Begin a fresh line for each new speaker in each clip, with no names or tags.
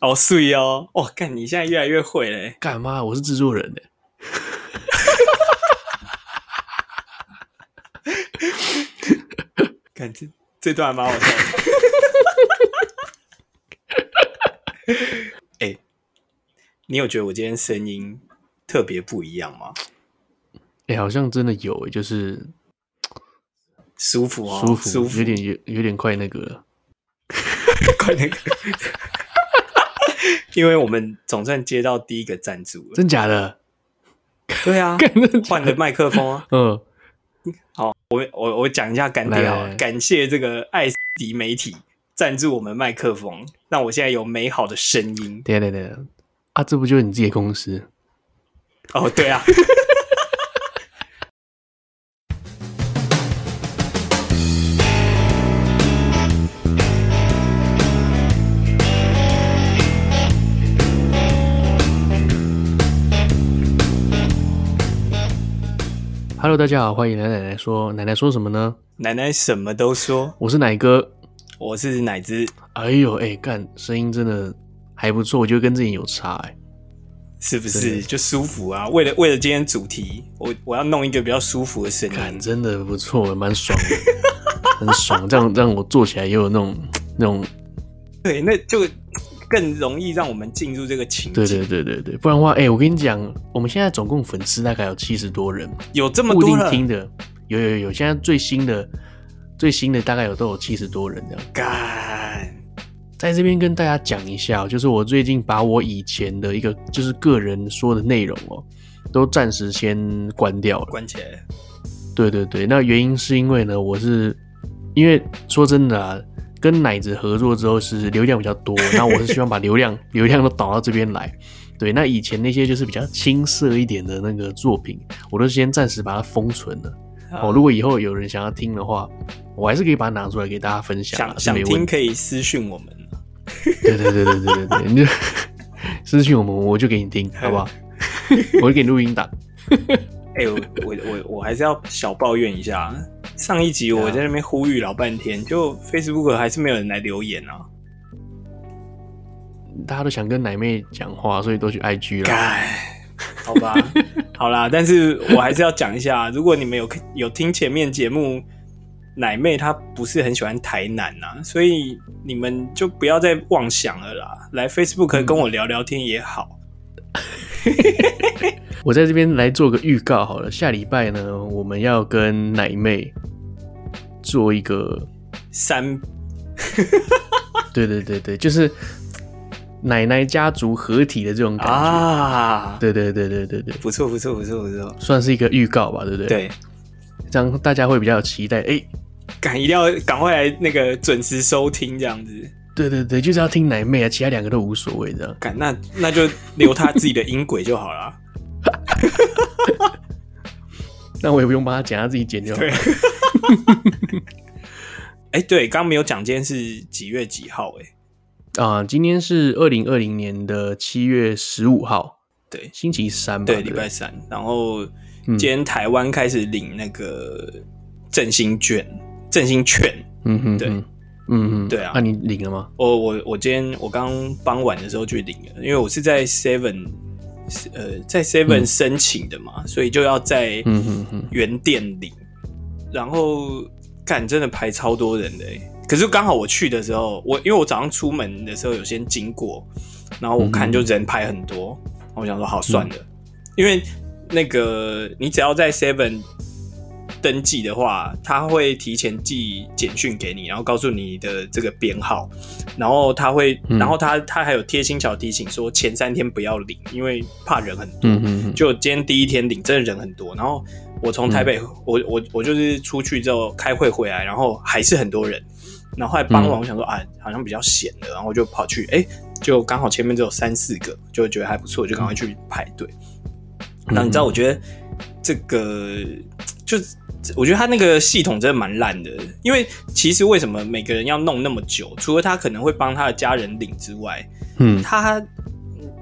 好碎哦！哇，看你现在越来越会欸嘞，
干嘛？我是制作人呢、欸
看这这段还蛮好笑的。 哎、你有觉得我今天声音特别不一样吗？
哎、好像真的有、欸，就是
舒服哦，
舒服，
舒服
有，点有有点快那个了。
快那个，因为我们总算接到第一个赞助了。
真假的？
对啊，
干真的假
换了麦克风啊！
嗯，
我我我讲一下干爹好
来来
了，
来
感谢这个爱斯迪媒体赞助我们麦克风，让我现在有美好的声音。
等一下等一下等一下，啊，这不就是你自己的公司？
哦，对啊，
Hello，大家好，欢迎来奶奶说。奶奶说什么呢？
奶奶什么都 说，
我是奶哥。
我是奶子，
哎呦，哎、干，声音真的还不错，我觉得跟之前有差哎、
是不
真
是
的
就舒服啊？为了为了今天主题，我我要弄一个比较舒服的声
干，
音。
真的不错，蛮爽的，很爽，这样让我做起来也有那种那种，
对，那就更容易让我们进入这个情境。
对对对对对，不然的话，哎、我跟你讲，我们现在总共粉丝大概有七十多人，
有这么
固
多
定
了，
听的，有有有，现在最新的最新的大概有都有七十多人这样。
干
在这边跟大家讲一下哦、就是我最近把我以前的一个就是个人说的内容哦、都暂时先关掉了。
关起来。
对对对，那原因是因为呢，我是因为说真的啊，跟奶子合作之后是流量比较 多，那我是希望把流量流量都导到这边来。对，那以前那些就是比较青涩一点的那个作品，我都先暂时把它封存了。
好
哦，如果以后有人想要听的话，我还是可以把它拿出来给大家分享啊，
想
是
想
没
听
问题。
可以私讯我 们，
对对对对对对对，你就 私信我们，我就给你听，好不好？
嗯
我就给你录音档。
哎、我我我我还是要小抱怨一下，啊上一集
啊
我在那边呼吁老半天，就 Facebook 还是没有人来留言啊。
大家都想跟奶妹讲话，所以都去 IG 了。
干，好吧，好啦，但是我还是要讲一下，啊如果你们有有听前面节目，奶妹她不是很喜欢台南呐、所以你们就不要再妄想了啦，来 Facebook 跟我聊聊天也好。
我在这边来做个预告好了，下礼拜呢，我们要跟奶妹做一个，
三
对对对对，就是奶奶家族合体的这种感觉。
啊，
对对对对对对，
不错不错不错不错，
算是一个预告吧，对不对？，
对，
这样大家会比较有期待。哎、
赶一定要赶快来那个准时收听这样子。
对对对，就是要听奶妹啊，其他两个都无所谓 这样。
干那那就留他自己的音轨就好了。
那我也不用帮她剪，她自己剪就好。
对，哎、对，刚刚没有讲今天是几月几号、哎，
啊、今天是二零二零年的七月十五号，
对
星期三吧，
对，
不
礼拜三。然后
嗯
今天台湾开始领那个振兴券，振兴券。
嗯哼，
对
嗯嗯哼，
对啊
那、你领了吗？
我哦我我今天我刚傍晚的时候去领了，因为我是在 Seven，呃，在 Seven
嗯
申请的嘛，所以就要在
嗯哼哼。
原店领。然后干真的排超多人的、欸，可是刚好我去的时候，我因为我早上出门的时候有先经过，然后我看就人排很多，然后我想说好算了，因为那个你只要在 Seven 登记的话，他会提前寄简讯给你，然后告诉你的这个编号，然后他会，
嗯
然后他他还有贴心小提醒说前三天不要领，因为怕人很多。
嗯嗯嗯，
就今天第一天领，真的人很多。然后我从台北，我我我就是出去之后开会回来，然后还是很多人。然后后来傍晚，
嗯
我想说、啊，好像比较闲了，然后我就跑去，哎、就刚好前面只有三四个，就觉得还不错，就赶快去排队。
嗯
那、你知道，我觉得这个就是。我觉得他那个系统真的蛮烂的，因为其实为什么每个人要弄那么久？除了他可能会帮他的家人领之外，
嗯
它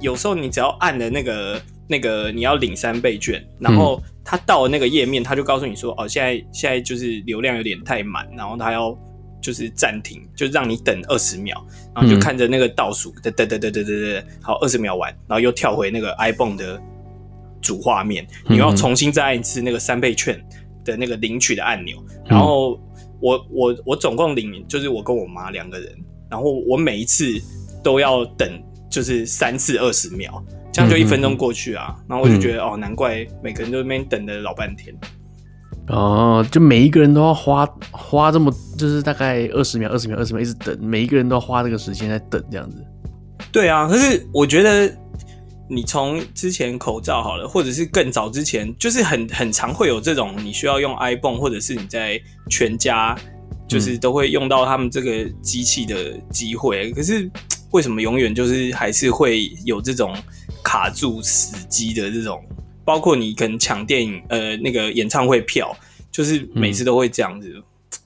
有时候你只要按了那个那个你要领三倍券，然后
嗯
它到了那个页面，它就告诉你说，哦，现在现在就是流量有点太满，然后它要就是暂停，就让你等二十秒，然后就
嗯
看着那个倒数，噔噔噔噔噔噔噔，好，二十秒完，然后又跳回那个 iPhone 的主画面，你要
嗯
重新再按一次那个三倍券的那个领取的按钮，
嗯
然后我我我总共领就是我跟我妈两个人，然后我每一次都要等就是三次二十秒，这样就一分钟过去啊，然后我就觉得、哦，难怪每个人都在那边等了老半天。
哦，就每一个人都要花花这么，就是大概二十秒、二十秒、二十秒，一直等，每一个人都要花这个时间在等这样子。
对啊，可是我觉得你从之前口罩好了，或者是更早之前，就是很很常会有这种你需要用 iPhone，或者是你在全家就是都会用到他们这个机器的机会。可是为什么永远就是还是会有这种卡住死机的这种？包括你可能抢电影呃那个演唱会票，就是每次都会这样子。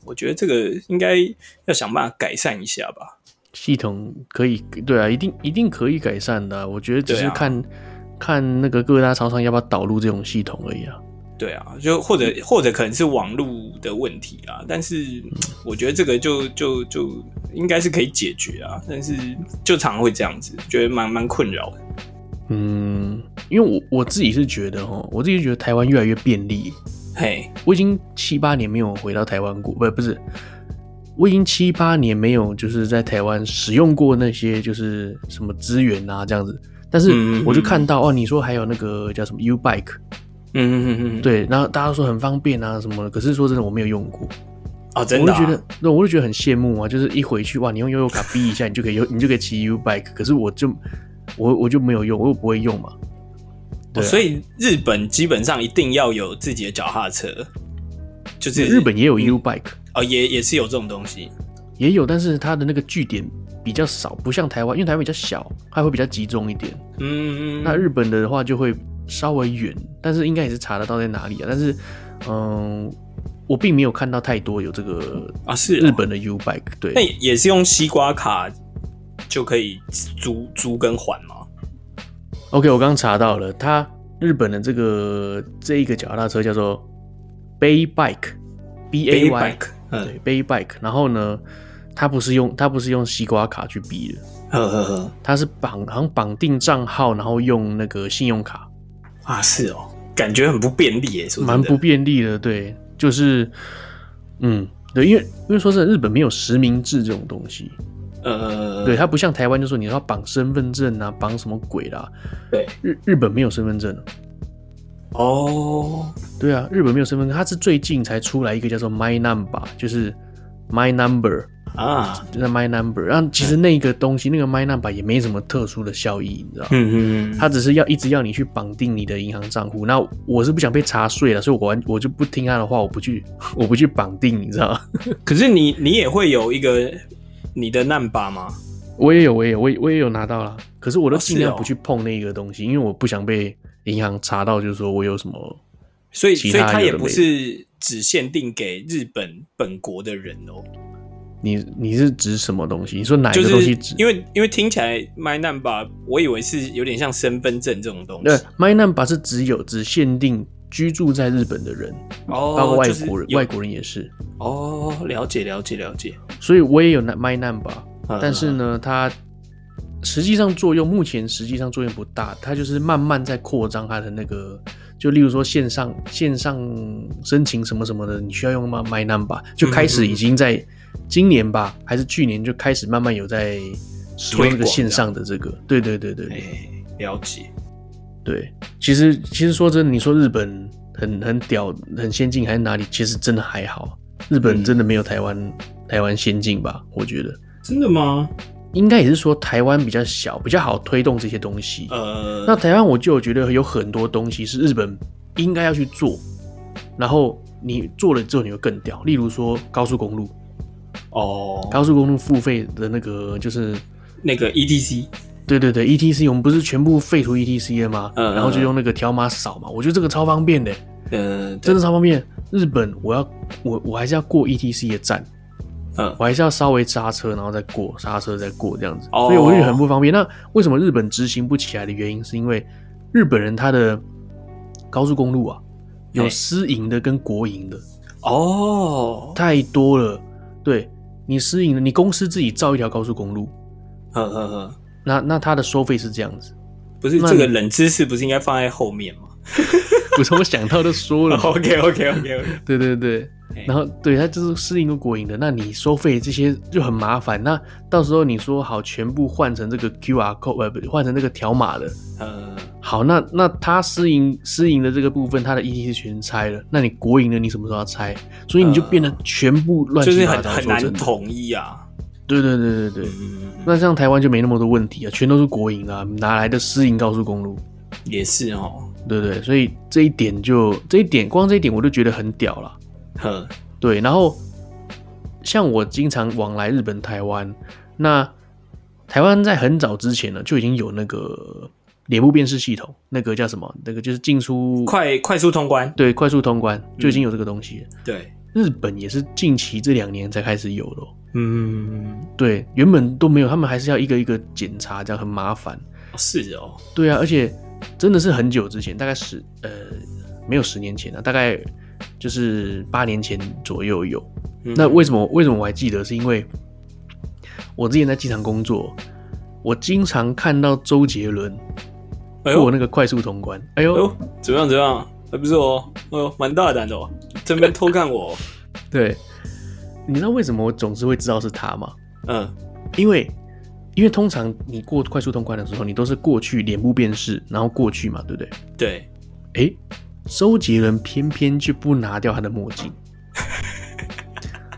我觉得这个应该要想办法改善一下吧。
系统可以，对啊，一定一定可以改善的啊、我觉得只
对
是
啊
看、看那个各大超商要不要导入这种系统而已啊。
对啊，就或
嗯
者或者可能是网络的问题啦，但是我觉得这个就就就应该是可以解决啊，但是就常会这样子，觉得蛮蛮困扰的。
嗯，因为我我自己是觉得哦，我自己觉得台湾越来越便利。
嘿，
我已经七八年没有回到台湾过，不不是，我已经七八年没有就是在台湾使用过那些就是什么资源啊这样子。但
嗯
是
嗯
我就看到、哦，你说还有那个叫什么 U Bike，
嗯嗯嗯嗯，
对，然后大家都说很方便啊什么的，可是说真的我没有用过，
啊，真的啊、
我就觉得，那我就觉得很羡慕啊，就是一回去哇，你用悠悠卡逼一下，你就可以有，你就可以骑 U Bike，可是我就我我就没有用，我又不会用嘛，
哦
啊
所以日本基本上一定要有自己的脚踏车，就是
日本也有 U Bike，、
哦，也也是有这种东西。
也有，但是它的那个据点比较少，不像台湾，因为台湾比较小，它会比较集中一点。
嗯，
那日本的话就会稍微远，但是应该也是查得到在哪里啊。但是，嗯，我并没有看到太多有这个
啊是哦
日本的 U Bike，对，
那也是用西瓜卡就可以租租跟还吗？
OK，我刚查到了，它日本的这个这一个脚踏车叫做 Bay Bike，B E A Y，
Bike，嗯，
对 Bay Bike。然后呢，它不是用它不是用西瓜卡去逼的，
呵呵呵，
它是绑好像绑定账号，然后用那个信用卡，
啊，是哦，感觉很不便利耶，说真的
蛮不便利的。对，就是嗯，对，因为因为说是日本没有实名制这种东西，
呃，
对，它不像台湾，就说你要绑身份证啊，绑什么鬼啦，
对，
日日本没有身份证。
哦，
对啊，日本没有身份证，它是最近才出来一个叫做 My Number，就是 My Number，
啊，
就是 My Number。然后其实那个东西，那个 My Number 也没什么特殊的效益，你知道。
嗯嗯，
它只是要一直要你去绑定你的银行账户，那我是不想被查税了，所以我完我就不听他的话，我不去 我不去绑定，你知道吗？
可是你你也会有一个你的难把吗？
我也有我也有我也我也有拿到啦，可是我都
哦是
尽量
哦
不去碰那个东西，因为我不想被银行查到，就是说我有什么
所以
其
所
他
以它
有的没
也不是只限定给日本本国的人哦，
你你是指什么东西？你说哪一
就
个东
是
西指？
因为因为听起来 my number，我以为是有点像身份证这种东
对
西，
，My Number 是只有只限定居住在日本的人，
哦，
包括外
就是
国人，
有
外国人也是。
哦，了解了解了解，
所以我也有拿 My Number，
嗯
但是
嗯
呢，它实际上作用目前实际上作用不大，它就是慢慢在扩张它的那个，就例如说线上线上申请什么什么的，你需要用 My My Number，就开始已经在今年吧，还是去年就开始慢慢有在使用这
推
个
广
线上的这个，对对对对对。
哎，了解，
对，其实其实说真的，你说日本很很屌、很先进还是哪里？其实真的还好，日本
嗯
真的没有台湾、台湾先进吧？我觉得
真的吗？
应该也是说台湾比较小，比较好推动这些东西。
呃，
那台湾我就有觉得有很多东西是日本应该要去做，然后你做了之后你会更屌。例如说高速公路，
哦，
高速公路付费的那个就是
那个 E ETC，
对对对，ETC 我们不是全部废除 ETC 了吗？
嗯嗯
然后就用那个条码扫嘛，我觉得这个超方便的、
嗯，
真的超方便。日本我要我我还是要过 ETC 的站，
嗯
我还是要稍微刹车，然后再过刹车再过这样子，
哦
所以我就觉得很不方便。那为什么日本执行不起来的原因，是因为日本人他的高速公路啊，有
嘿
私营的跟国营的
哦，
太多了，对。你私营的，你公司自己造一条高速公路，
呵呵呵，
那那它的收费是这样子，
嗯 不是
那
这个
你
冷知识不是应该放在后面吗
不是我想到就 说了嘛，
？OK OK OK OK，
对对对
哦哎，
然后对它就是私营跟国营的，那你收费这些就很麻烦。那到时候你说好全部换成这个 QR code，呃，不换成这个条码的，
呃，
好，那那它私营私营的这个部分，它的 ET 是全拆了，那你国营的你什么时候要拆？所以你就变得全部乱
呃就
七
是
八
很
糟，
很
说
难
真的
统一啊。
对对对对对，
嗯，
那像台湾就没那么多问题啊，全都是国营啊，哪来的私营高速公路？
也是哦，
对不对？所以这一点就这一点，光这一点我就觉得很屌了。
呵，
对，然后像我经常往来日本、台湾，那台湾在很早之前呢就已经有那个脸部辨识系统，那个叫什么？那个就是进出
快快速通关，
对快速通关就已
嗯
经有这个东西了。
对，
日本也是近期这两年才开始有的哦、
嗯，
对，原本都没有，他们还是要一个一个检查，这样很麻烦。
是哦，
对啊，而且真的是很久之前，大概十呃没有十年前啊，大概就是八年前左右有。
嗯
那为什么为什么我还记得？是因为我之前在机场工作，我经常看到周杰伦
哎呦
过那个快速通关。哎呦，
哎呦，怎么样怎么样？还不错哦，哎呦，蛮大胆的哦，这边偷看我哦，
对，你知道为什么我总是会知道是他吗？
嗯，
因为因为通常你过快速通关的时候，你都是过去脸部辨识，然后过去嘛，对不对？
对，
诶，周杰伦偏偏就不拿掉他的 墨镜。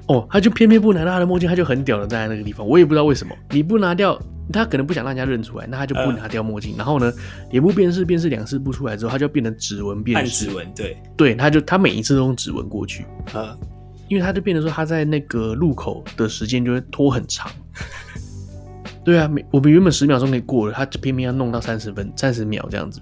哦，他就偏偏不拿掉他的墨镜，他就很屌的站在那个地方。我也不知道为什么，你不拿掉，他可能不想让人家认出来，那他就不
嗯
拿掉墨镜。然后呢，脸部辨识辨识两次不出来之后，他就变成指纹辨
按
识
指。纹，对，
对，他就他每一次都用指纹过去，
呃，
因为他就变成说他在那个路口的时间就会拖很长。 对啊，每我们原本十秒钟可以过了，他就偏偏要弄到三十分三十秒这样子。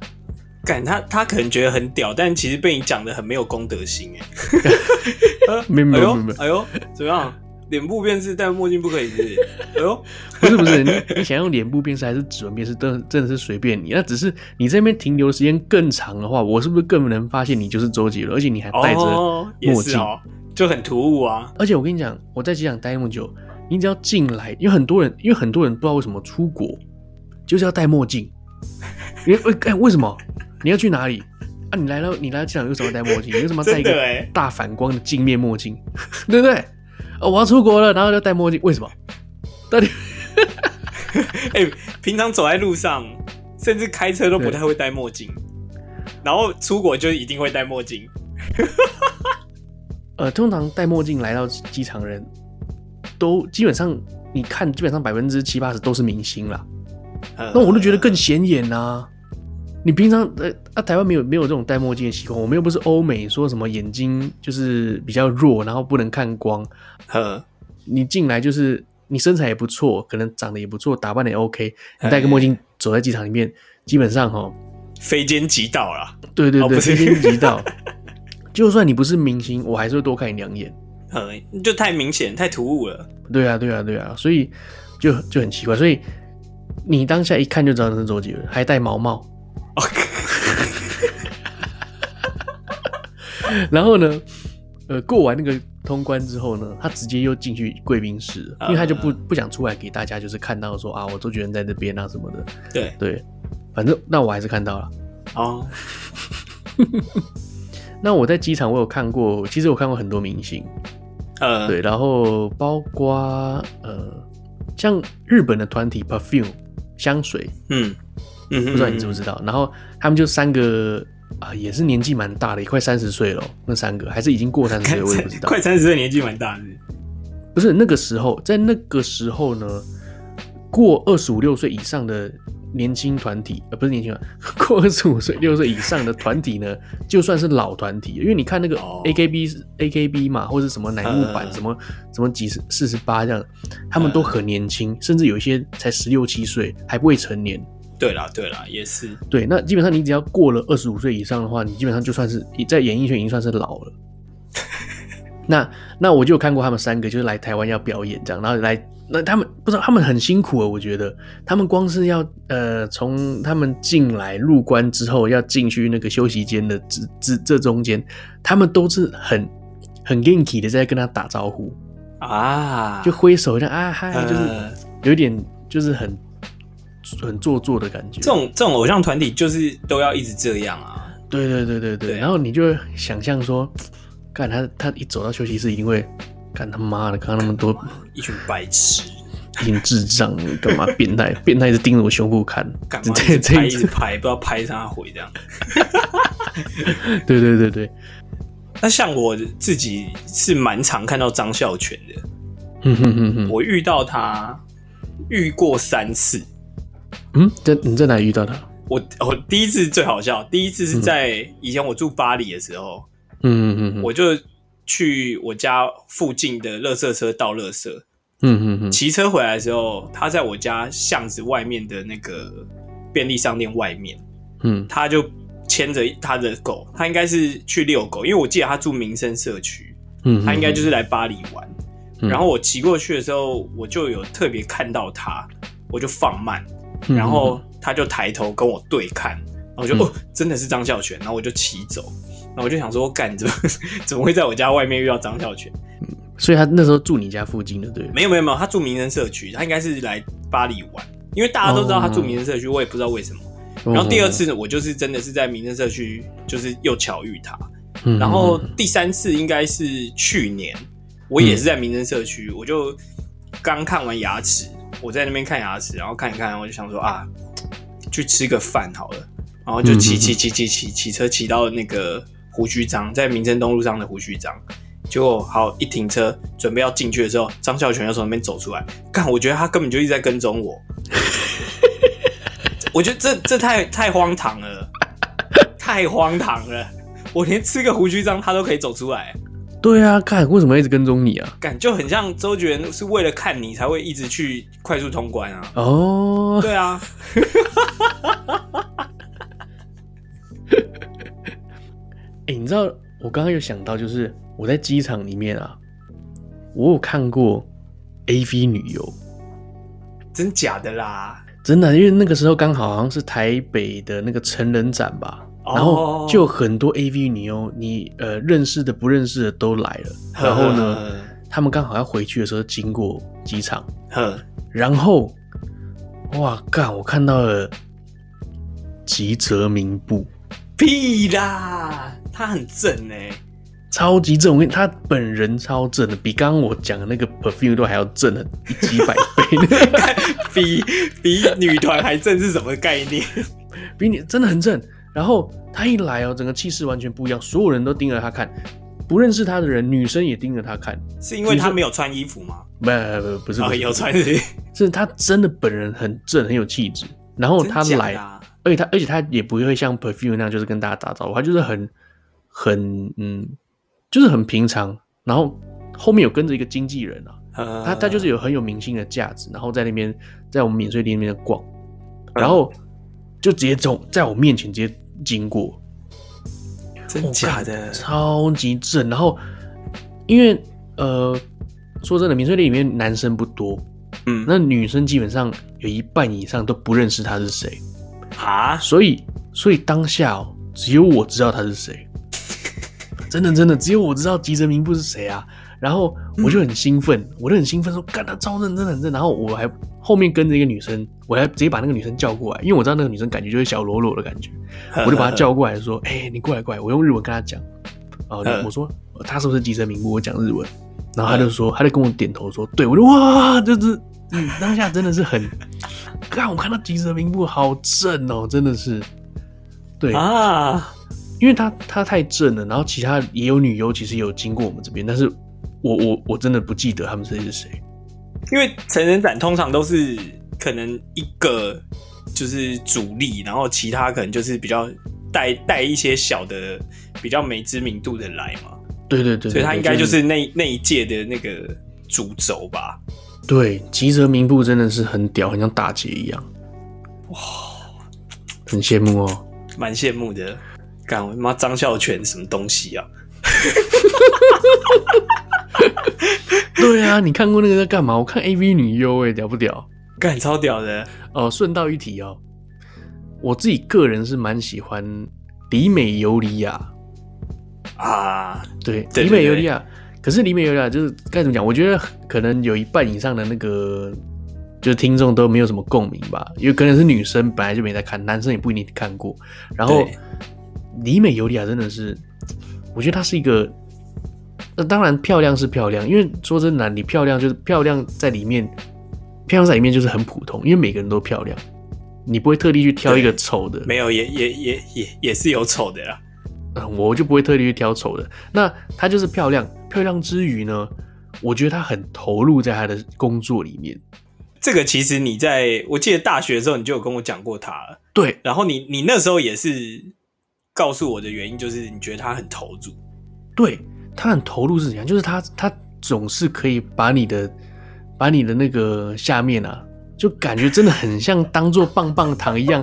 干他他可能觉得很屌，但其实被你讲的很没有公德心哎，
没有没
哎
有
呦
没有没有，
哎呦，怎么样？脸部辨识，戴墨镜不可以是不是？哎呦，
不是不是，你你想用脸部辨识还是指纹辨识，真的真的是随便你。那只是你这边停留的时间更长的话，我是不是更能发现你就是周杰伦？而且你还 戴着，
哦，也
墨
是哦，就很突兀啊，
而且我跟你讲，我在机场待那么久，你只要进来，因为很多人，因为很多人不知道为什么出国就是要戴墨 镜。你哎哎，为什么？你要去哪里？啊，你来到你来到机场为什么要戴墨镜？你为什么要戴一个
真的欸
大反光的镜面墨镜？ 对不对？啊，我要出国了，然后就戴墨镜，为什么？到底？
哎，平常走在路上，甚至开车都不太会戴墨镜，然后出国就一定会戴墨镜，
呃，通常戴墨镜来到机场的人都基本上，你看基本上百分之七八十都是明星啦。那
那
我就觉得更显眼呐、你平常呃啊，台湾没有没有这种戴墨镜的习惯，我们又不是欧美，说什么眼睛就是比较弱，然后不能看光。
呃，
你进来就是你身材也不错，可能长得也不错，打扮的也 OK，你戴个墨
哎
镜走在机场里面，基本上哈，
非奸即盗啦，
对对
哦
对，
不是
非奸即盗。就算你不是明星，我还是会多看你两眼。
呃，就太明显，太突兀了。
对啊，对啊，对啊，所以就就很奇怪，所以你当下一看就知道那是周杰伦，还戴毛帽，然后呢，呃，过完那个通关之后呢，他直接又进去贵宾室了，
啊
因为他就不不想出来给大家就是看到说啊，我周杰伦在这边啊什么的，
对，
对，反正那我还是看到了。
哦，
那我在机场我有看过，其实我看过很多明星，
呃，
对，然后包括呃，像日本的团体 Perfume 香水，
嗯，嗯，
不知道你知不知道？然后他们就三个啊、也是年纪蛮大的，也快三十岁了哦、那三个还是已经过三 十岁，
看
我也不知道。
快三十岁年纪蛮大的，
不是那个时候，在那个时候呢，过二十五六岁以上的年轻团体，呃，不是年轻团， 过二十五岁六岁以上的团体呢， 就算是老团体，因为你看那个
哦
A K B、A K B 嘛，或者什么乃木坂，
嗯
什么什么几十四十八这样，他们都很年轻，甚至有一些才十六七岁，还未成年。
对啦，对啦，也是，
对，那基本上你只要过了二十五岁以上的话，你基本上就算是在演艺圈已经算是老 了。那那我就有看过他们三个，就是来台湾要表演这样，然后来那他们不知道他们很辛苦啊，我觉得他们光是要呃从他们进来入关之后要进去那个休息间的这这这中间，他们都是很很 ganky 的在跟他打招呼，
啊，
就挥手这样啊嗨，就是
呃
有一点就是很很做作的感觉。
这种这种偶像团体就是都要一直这样啊。
对对对对对，
对
然后你就会想象说，干他他一走到休息室一定会，干他妈的，刚刚那么多
一群白痴，
一群智障，干嘛 变态？变态一直盯着我胸部看，
干
这
嘛 一直
这
拍
一
一直
次，
拍，不知道拍啥回这样。
对对对对，
那像我自己是蛮常看到张孝全的，
嗯哼哼哼，
我遇到他遇过三次。
嗯，在你在哪里遇到他？
我我第一次最好笑，第一次是在以前我住巴黎的时候，
嗯嗯嗯，
我就去我家附近的垃圾车倒垃圾，
嗯嗯嗯，
骑车回来的时候，他在我家巷子外面的那个便利商店外面，
嗯
他就牵着他的狗，他应该是去遛狗，因为我记得他住民生社区，
嗯，
他应该就是来巴黎玩。
嗯
然后我骑过去的时候，我就有特别看到他，我就放慢，
嗯，
然后他就抬头跟我对看，然后我就、哦，真的是张孝全，然后我就骑走，然后我就想说，干怎么 怎么会在我家外面遇到张孝全？
嗯，所以他那时候住你家附近的，对了，
没有没有没有，他住民生社区，他应该是来巴黎玩，因为大家都知道他住民生社区，我也不知道为什么。然后第二次呢，我就是真的是在民生社区，就是又巧遇他。
嗯，嗯
然后
嗯
第三次应该是去年，我也是在民生社区，我就刚看完牙齿，我在那边看牙齿，然后看一看，我就想说啊，去吃个饭好了，然后就骑
嗯嗯嗯
骑骑骑骑骑车骑到那个胡须章，在民生东路上的胡须章。结果好一停车，准备要进去的时候，张孝全又从那边走出来。干，我觉得他根本就一直在跟踪我。我觉得这这太太荒唐了，太荒唐了！我连吃个胡须章他都可以走出来，
对啊，看为什么要一直跟踪你啊？
感就很像周杰伦是为了看你才会一直去快速通关啊。
哦，
对啊，
哎、你知道我刚刚有想到，就是我在机场里面啊，我有看过 A V 女优，
真假的啦。
真的，因为那个时候刚好好像是台北的那个成人展吧，
哦
然后就有很多 A V 女优，你呃认识的不认识的都来了，然后呢，他们刚好要回去的时候经过机场，
呵？呵，
然后哇干，我看到了吉泽明步。
屁啦，他很正哎、
超级正，我跟你他本人超正的，比刚刚我讲的那个 perfume 都还要正的一几百 倍，
比比女团还正是什么概 念？
比你真的很正。然后他一来哦，整个气势完全不一样，所有人都盯着他看，不认识他的人，女生也盯着他看。
是因为他没有穿衣服吗？
不不不不是
啊、
不
有
是，
穿是
是他真的本人很正，很有气质。然后哦他
真假
来
的，啊
而且他而且他也不会像 perfume 那样，就是跟大家打招呼，他就是很很嗯，就是很平常。然后后面有跟着一个经纪人啊，
呃
他他就是有很有明星的价值，然后在那边在我们免税店那边逛，然后就直接从在我面前直接经过，
真假的，
超级正。然后因为呃，说真的，免税店里面男生不多，
嗯，
那女生基本上有一半以上都不认识他是谁，
啊，
所以所以当下、哦、只有我知道他是谁， 真的真的只有我知道吉泽明步是谁啊。然后我就很兴奋，我就很兴奋说：“干，他超认真，很认真。”然后我还后面跟着一个女生，我还直接把那个女生叫过来，因为我知道那个女生感觉就是小喽啰的感觉，我就把她叫过来说：“哎、你过来过来。”我用日文跟她讲，哦、
嗯
我说她是不是吉泽明步？我讲日文，然后她就说，她就跟我点头说：“对。”我就哇，就是嗯，当下真的是很，看我看到吉泽明步好正哦，真的是，对，
啊，
因为他他太正了，然后其他也有女优，其实有经过我们这边，但是我我我真的不记得他们谁是谁。
因为成人展通常都是可能一个就是主力，然后其他可能就是比较带带一些小的比较没知名度的来嘛，
对对对对
所以他应该就是是那那一届的那个主轴吧。
对吉泽明步真的是很屌，很像大姐一样，哇，很羡慕哦。
蛮羡慕的。干，我他妈张孝全什么东西啊？
对啊，你看过那个在干嘛？我看 AV 女优哎、屌不屌？
干超屌的，
哦，顺道一提哦，我自己个人是蛮喜欢里美尤里亚，
啊，
对，
对
里美
嗯对
尤
对
里亚啊可是里面有点啊就是该怎么讲？我觉得可能有一半以上的那个就是听众都没有什么共鸣吧，因为可能是女生本来就没在看，男生也不一定看过。然后
对
里美尤利啊亚真的是，我觉得她是一个，那当然漂亮是漂亮，因为说真的啊，你漂亮就是漂亮在里面，漂亮在里面就是很普通，因为每个人都漂亮，你不会特地去挑一个丑的，
没有，也也也也也是有丑的啦。啊
呃我就不会特地去挑丑的。那她就是漂亮，漂亮之余呢，我觉得她很投入在她的工作里面。
这个其实你在我记得大学的时候你就有跟我讲过他了，
对
然后你你那时候也是告诉我的原因就是你觉得他很投入，
对，她很投入是怎样？就是她她总是可以把你的把你的那个下面啊，就感觉真的很像当做棒棒糖一样。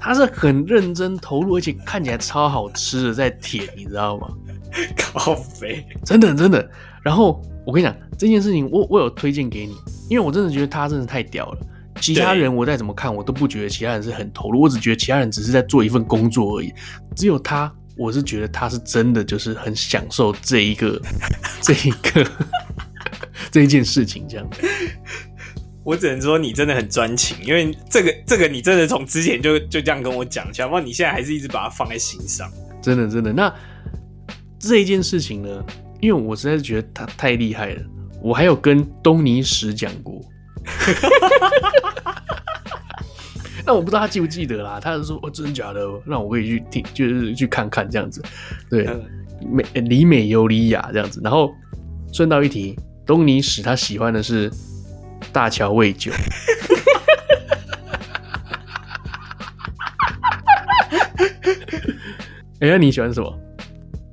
她是很认真投入，而且看起来超好吃的，在舔，你知道吗？
靠肥，
真的真的。然后我跟你讲这件事情我，我有推荐给你，因为我真的觉得他真的太屌了。其他
对
人我再怎么看，我都不觉得其他人是很投入，我只觉得其他人只是在做一份工作而已。只有他，我是觉得他是真的就是很享受这一个 这一个 这一件事情这样子。
我只能说你真的很专情，因为这个这个你真的从之前就就这样跟我讲，小猫你现在还是一直把它放在心上。
真的真的。那这一件事情呢，因为我实在是觉得他太厉害了，我还有跟东尼史讲过。 那我不知道他记不记得啦，他是说哦，真的假的？那我可以去听，就是去看看这样子。对，
嗯
美呃里美尤里亚这样子。然后顺道一提，东尼史他喜欢的是大乔味酒。 哎、那你喜欢什么？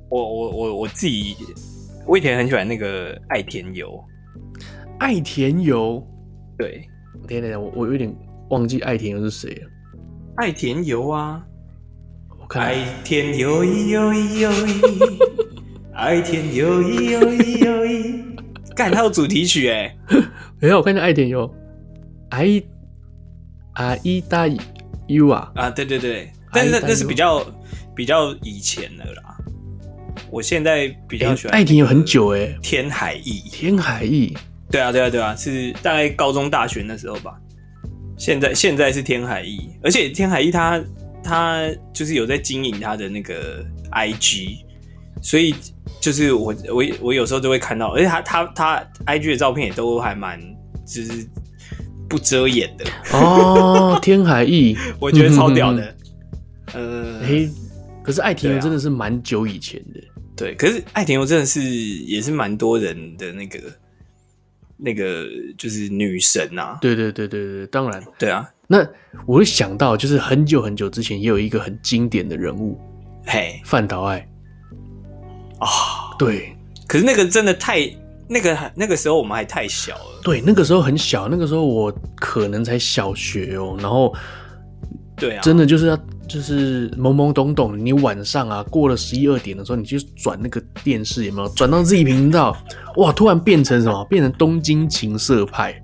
我我我我自己，我以前很喜欢那个爱田油，
爱田油。
对，
等一下等一下，我我有点忘记爱田油是谁了。
爱田油啊，
我看
爱田油一油一油一， 爱田油一油一油一，干它有主题曲哎、
等一下我看一下爱田油，爱阿伊达 U 啊，
啊，对对对，但是
哎
那
但
那是
有
比较比较以前的啦。我现在比较
哎
喜欢嗯
爱田油很
那
久哎、
个天海翼，
天海翼，
对啊对啊对啊，是大概高中大学那时候吧。现在现在是天海翼，而且天海翼他他就是有在经营他的那个 IG，所以就是我我我有时候都会看到，而且他他他 IG 的照片也都还蛮就是不遮掩的，
哦，天海翼，
我觉得超屌
嗯
的。呃，
嘿，可是爱田
对
油
啊
真的是蛮久以前的，
对，可是爱田油真的是也是蛮多人的那个那个就是女神啊，
对对对对对对，当然，
对啊，
那我会想到就是很久很久之前也有一个很经典的人物
嘿
范岛爱，
啊、
对
可是那个真的太那个那个时候我们还太小了，
对，那个时候很小，那个时候我可能才小学哦，然后
对啊，
真的就是要就是懵懵懂懂，你晚上啊过了十一二点的时候，你去转那个电视有没有转到自己频道，哇，突然变成什么？变成东京情色派。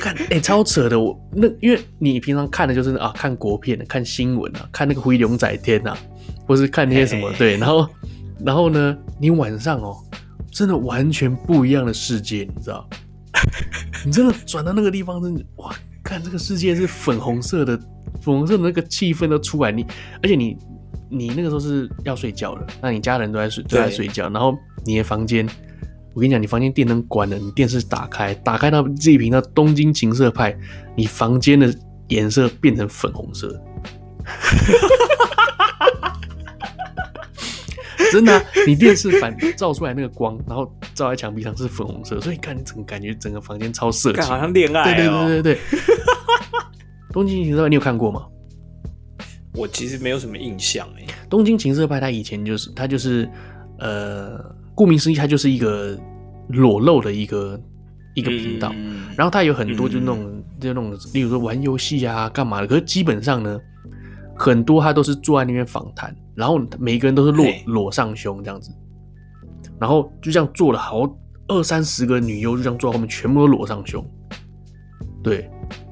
看，哎、超扯的！我那因为你平常看的就是啊，看国片的，看新闻啊，看那个《灰龙仔天》啊，或是看那些什么
嘿嘿
对，然后然后呢，你晚上哦，真的完全不一样的世界，你知道？你真的转到那个地方，真的哇，看这个世界是粉红色的，粉红色的那个气氛都出来。你而且你你那个时候是要睡觉了，那你家人都在睡都在
对
睡觉，然后你的房间，我跟你讲，你房间电灯关了，你电视打开，打开到这一频道《东京情色派》，你房间的颜色变成粉红色。真的啊、你电视反照出来那个光，然后照在墙壁上是粉红色，所以看你整个感觉整个房间超色
干
情
好。像恋爱哦、
对对对对对。 东京情色派你有看过吗？
我其实没有什么印象哎、
东京情色派它以前就是它就是呃，顾名思义，它就是一个裸露的一个一个频道。
嗯
然后它有很多
嗯
就那种、就那种，例如说玩游戏啊，干嘛的。可是基本上呢，很多他都是坐在那边访谈，然后每个人都是裸
嘿
裸上胸这样子，然后就这样坐了好二三十个女优，就这样坐在后面，全部都裸上胸。对，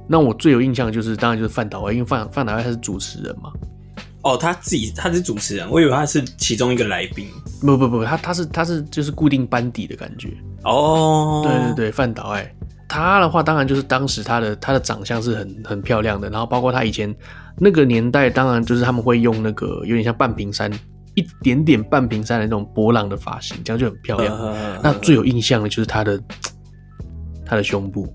那我最有印象的就是，当然就是范导爱，因为范范导爱他是主持人嘛，
哦，他自己他是主持人，我以为他是其中一个来宾。
不不不，他他是他是就是固定班底的感觉。
哦，
对对对，范岛爱他的话，当然就是当时他的他的长相是很很漂亮的，然后包括他以前那个年代，当然就是他们会用那个有点像半屏山，一点点半屏山的那种波浪的发型，这样就很漂亮。
呃
那最有印象的就是他的他的胸部，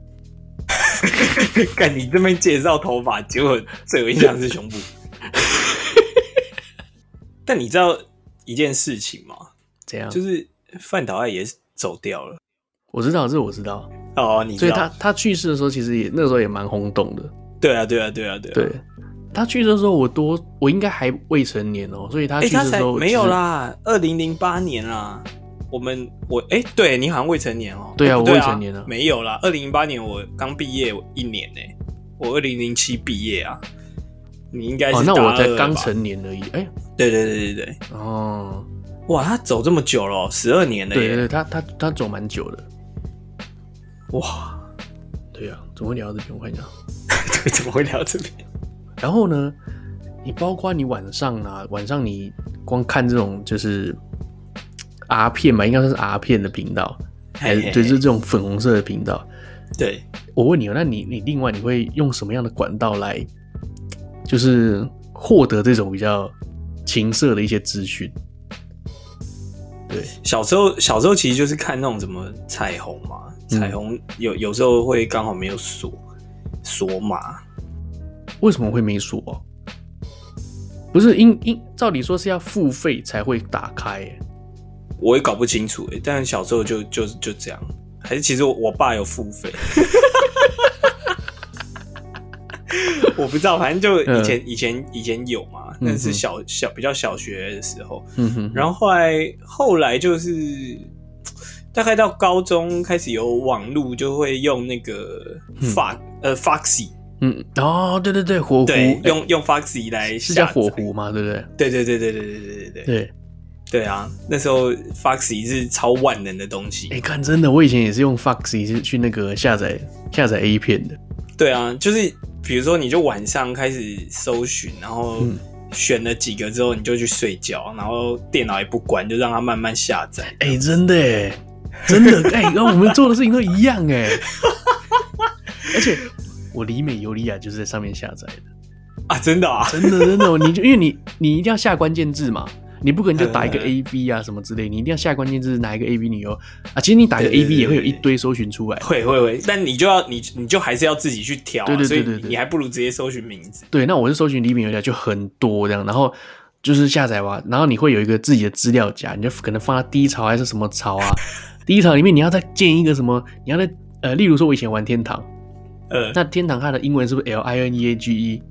看你这边介绍头发，结果最有印象是胸部。 但你知道一件事情吗？
怎样？
就是范岛爱也走掉了。
我知道，这我知道。
哦，你知
所以
道？
他他去世的时候，其实也那时候也蛮轰动的。
对啊，对啊，对啊，对啊。
对，他去世的时候，我多我应该还未成年哦、所以他
哎、
去
他
世的
才
时候、
没有。啦，二零零八年啦。我们我哎、对你好像未成年哦、
对啊
哎不
我未成年啊
没有啦。二零零八年我刚毕业一年呢、我二零零七毕业啊。你应该是
哦，那
大
我
二
才
了
刚
吧。
成年而已。哎、
对对对对对，
哦，
哇，他走这么久了、哦十二年了
对
耶！
对对，他他他走蛮久的。
哇，
对啊，怎么会聊到这边？我看一下。
对，怎么会聊到这边？
然后呢，你包括你晚上啊，晚上你光看这种就是 R 片吧，应该算是 R 片的频道，还
嘿
是
嘿嘿
哎对，就是这种粉红色的频道。
对，
我问你哦，那你你另外你会用什么样的管道来，就是获得这种比较情色的一些资讯？对，
小时候小时候其实就是看那种什么彩虹嘛，
嗯
彩虹有有时候会刚好没有锁锁码，
为什么会没锁、不是应应，照理说是要付费才会打开耶、
我也搞不清楚、欸，但小时候就就就这样，还是其实我我爸有付 费，我不知道，反正就以前、以前以前有嘛，
嗯
那是小小比较小学的时候，
嗯哼，
然后后来后来就是大概到高中开始有网络，就会用那个
嗯
Fox、呃 Foxy，
嗯，哦，对对对，火狐，
对，
哎
用用 Foxy 来
是叫
下载
火，狐吗？对不对？
对对对对对对对对对
对，
对啊，那时候 Foxy 是超万能的东西，
哎、看真的，我以前也是用 Foxy 去去那个下载下载 A 片的，
对啊，就是比如说，你就晚上开始搜寻，然后
嗯
选了几个之后，你就去睡觉，然后电脑也不关，就让它慢慢下载。
哎、真的哎，真的哎，跟、我们做的事情都一样哎，而且我离美尤利亚就是在上面下载的，
啊，真的啊，
真的真的，你就因为你你一定要下关键字嘛。你不可能就打一个
嗯
A B 啊什么之类，你一定要下关键字哪一个 A B 女优啊？其实你打一个
对对
A
对
B 也会有
对
一
对
堆搜寻出来，
会会会，但你就要你你就还是要自己去挑、啊，
对对对对
所
对
以你还不如直接搜寻名字。
对，那我是搜寻李敏有点就很多这样，然后就是下载完，然后你会有一个自己的资料夹，你就可能放在低潮还是什么 潮啊？低潮里面你要再建一个什么？你要在呃，例如说我以前玩天堂，
呃
那天堂它的英文是不是 L I N E A G E？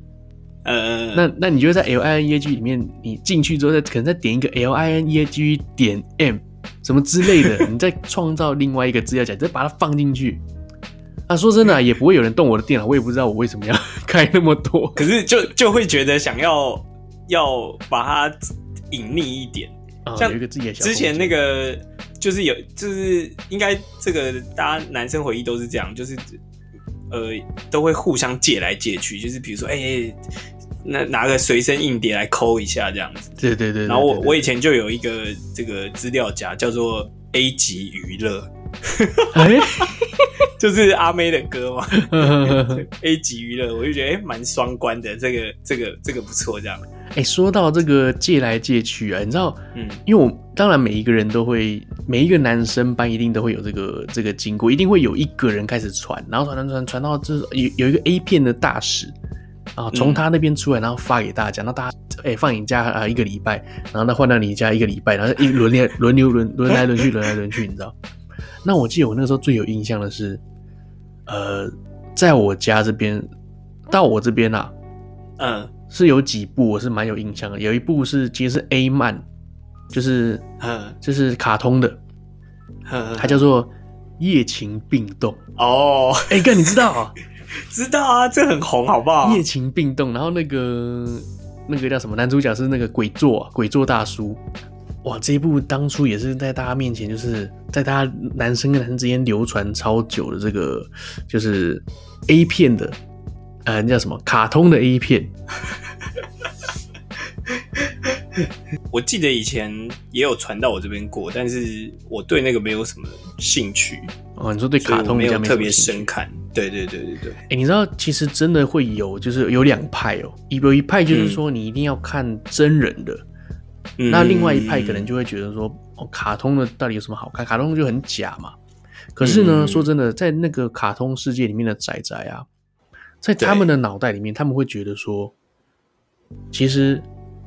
呃，
那那你就在 L I N E A G 里面，你进去之后再可能再点一个 L I N E A G E 点 M 什么之类的，你再创造另外一个资料夹，再把它放进去。啊，说真的啊、也不会有人动我的电脑，我也不知道我为什么要 开那么多。
可是就就会觉得想要要把它隐匿一点。
啊，
像
有一个自己的小
之前
空间
那个就是有，就是应该这个大家男生回忆都是这样，就是呃都会互相借来借去，就是比如说哎、那拿个随身硬碟来抠一下这样子。
对对对对，
然后我
对
我以前就有一个这个资料夹叫做 A 级娱乐，
哎，
就是阿妹的歌嘛
呵呵呵呵
，A 级娱乐，我就觉得哎蛮双关的，这个这个这个不错这样。
哎，说到这个借来借去啊，你知道，
嗯，
因为我当然每一个人都会，每一个男生班一定都会有这个这个经过，一定会有一个人开始传，然后传传传传到就是有有一个 A 片的大使。啊，从
嗯
他那边出来，然后发给大家，那大家哎、放你家啊、一个礼拜，然后再换到你家一个礼拜，然后一轮流 轮流轮轮来轮去，轮来轮去，你知道？那我记得我那时候最有印象的是，呃，在我家这边到我这边啊，
嗯
是有几部我是蛮有印象的，有一部是其实是 A 漫，就是
嗯
就是卡通的，
嗯，
它叫做《夜情病动》。
哦，
哎、哥，你知道 啊？
知道啊，这很红好不好？
夜情病动，然后那个那个叫什么男主角是那个鬼作啊鬼作大叔。哇，这一部当初也是在大家面前，就是在大家男生跟男生之间流传超久的这个，就是 A 片的，呃，那叫什么？卡通的 A 片。
我记得以前也有传到我这边过，但是我对那个没有什么兴趣，
哦，你说对
所以
卡
我
通
没
比
有
较
特
什么
别
兴趣
深看。对对对对对，
哎、你知道其实真的会有，就是有两派哦，有一派就是说你一定要看真人的，
嗯
那另外一派可能就会觉得说，哦，卡通的到底有什么好看？卡通就很假嘛。可是呢，
嗯
说真的，在那个卡通世界里面的仔仔啊，在他们的脑袋里面，他们会觉得说，其实，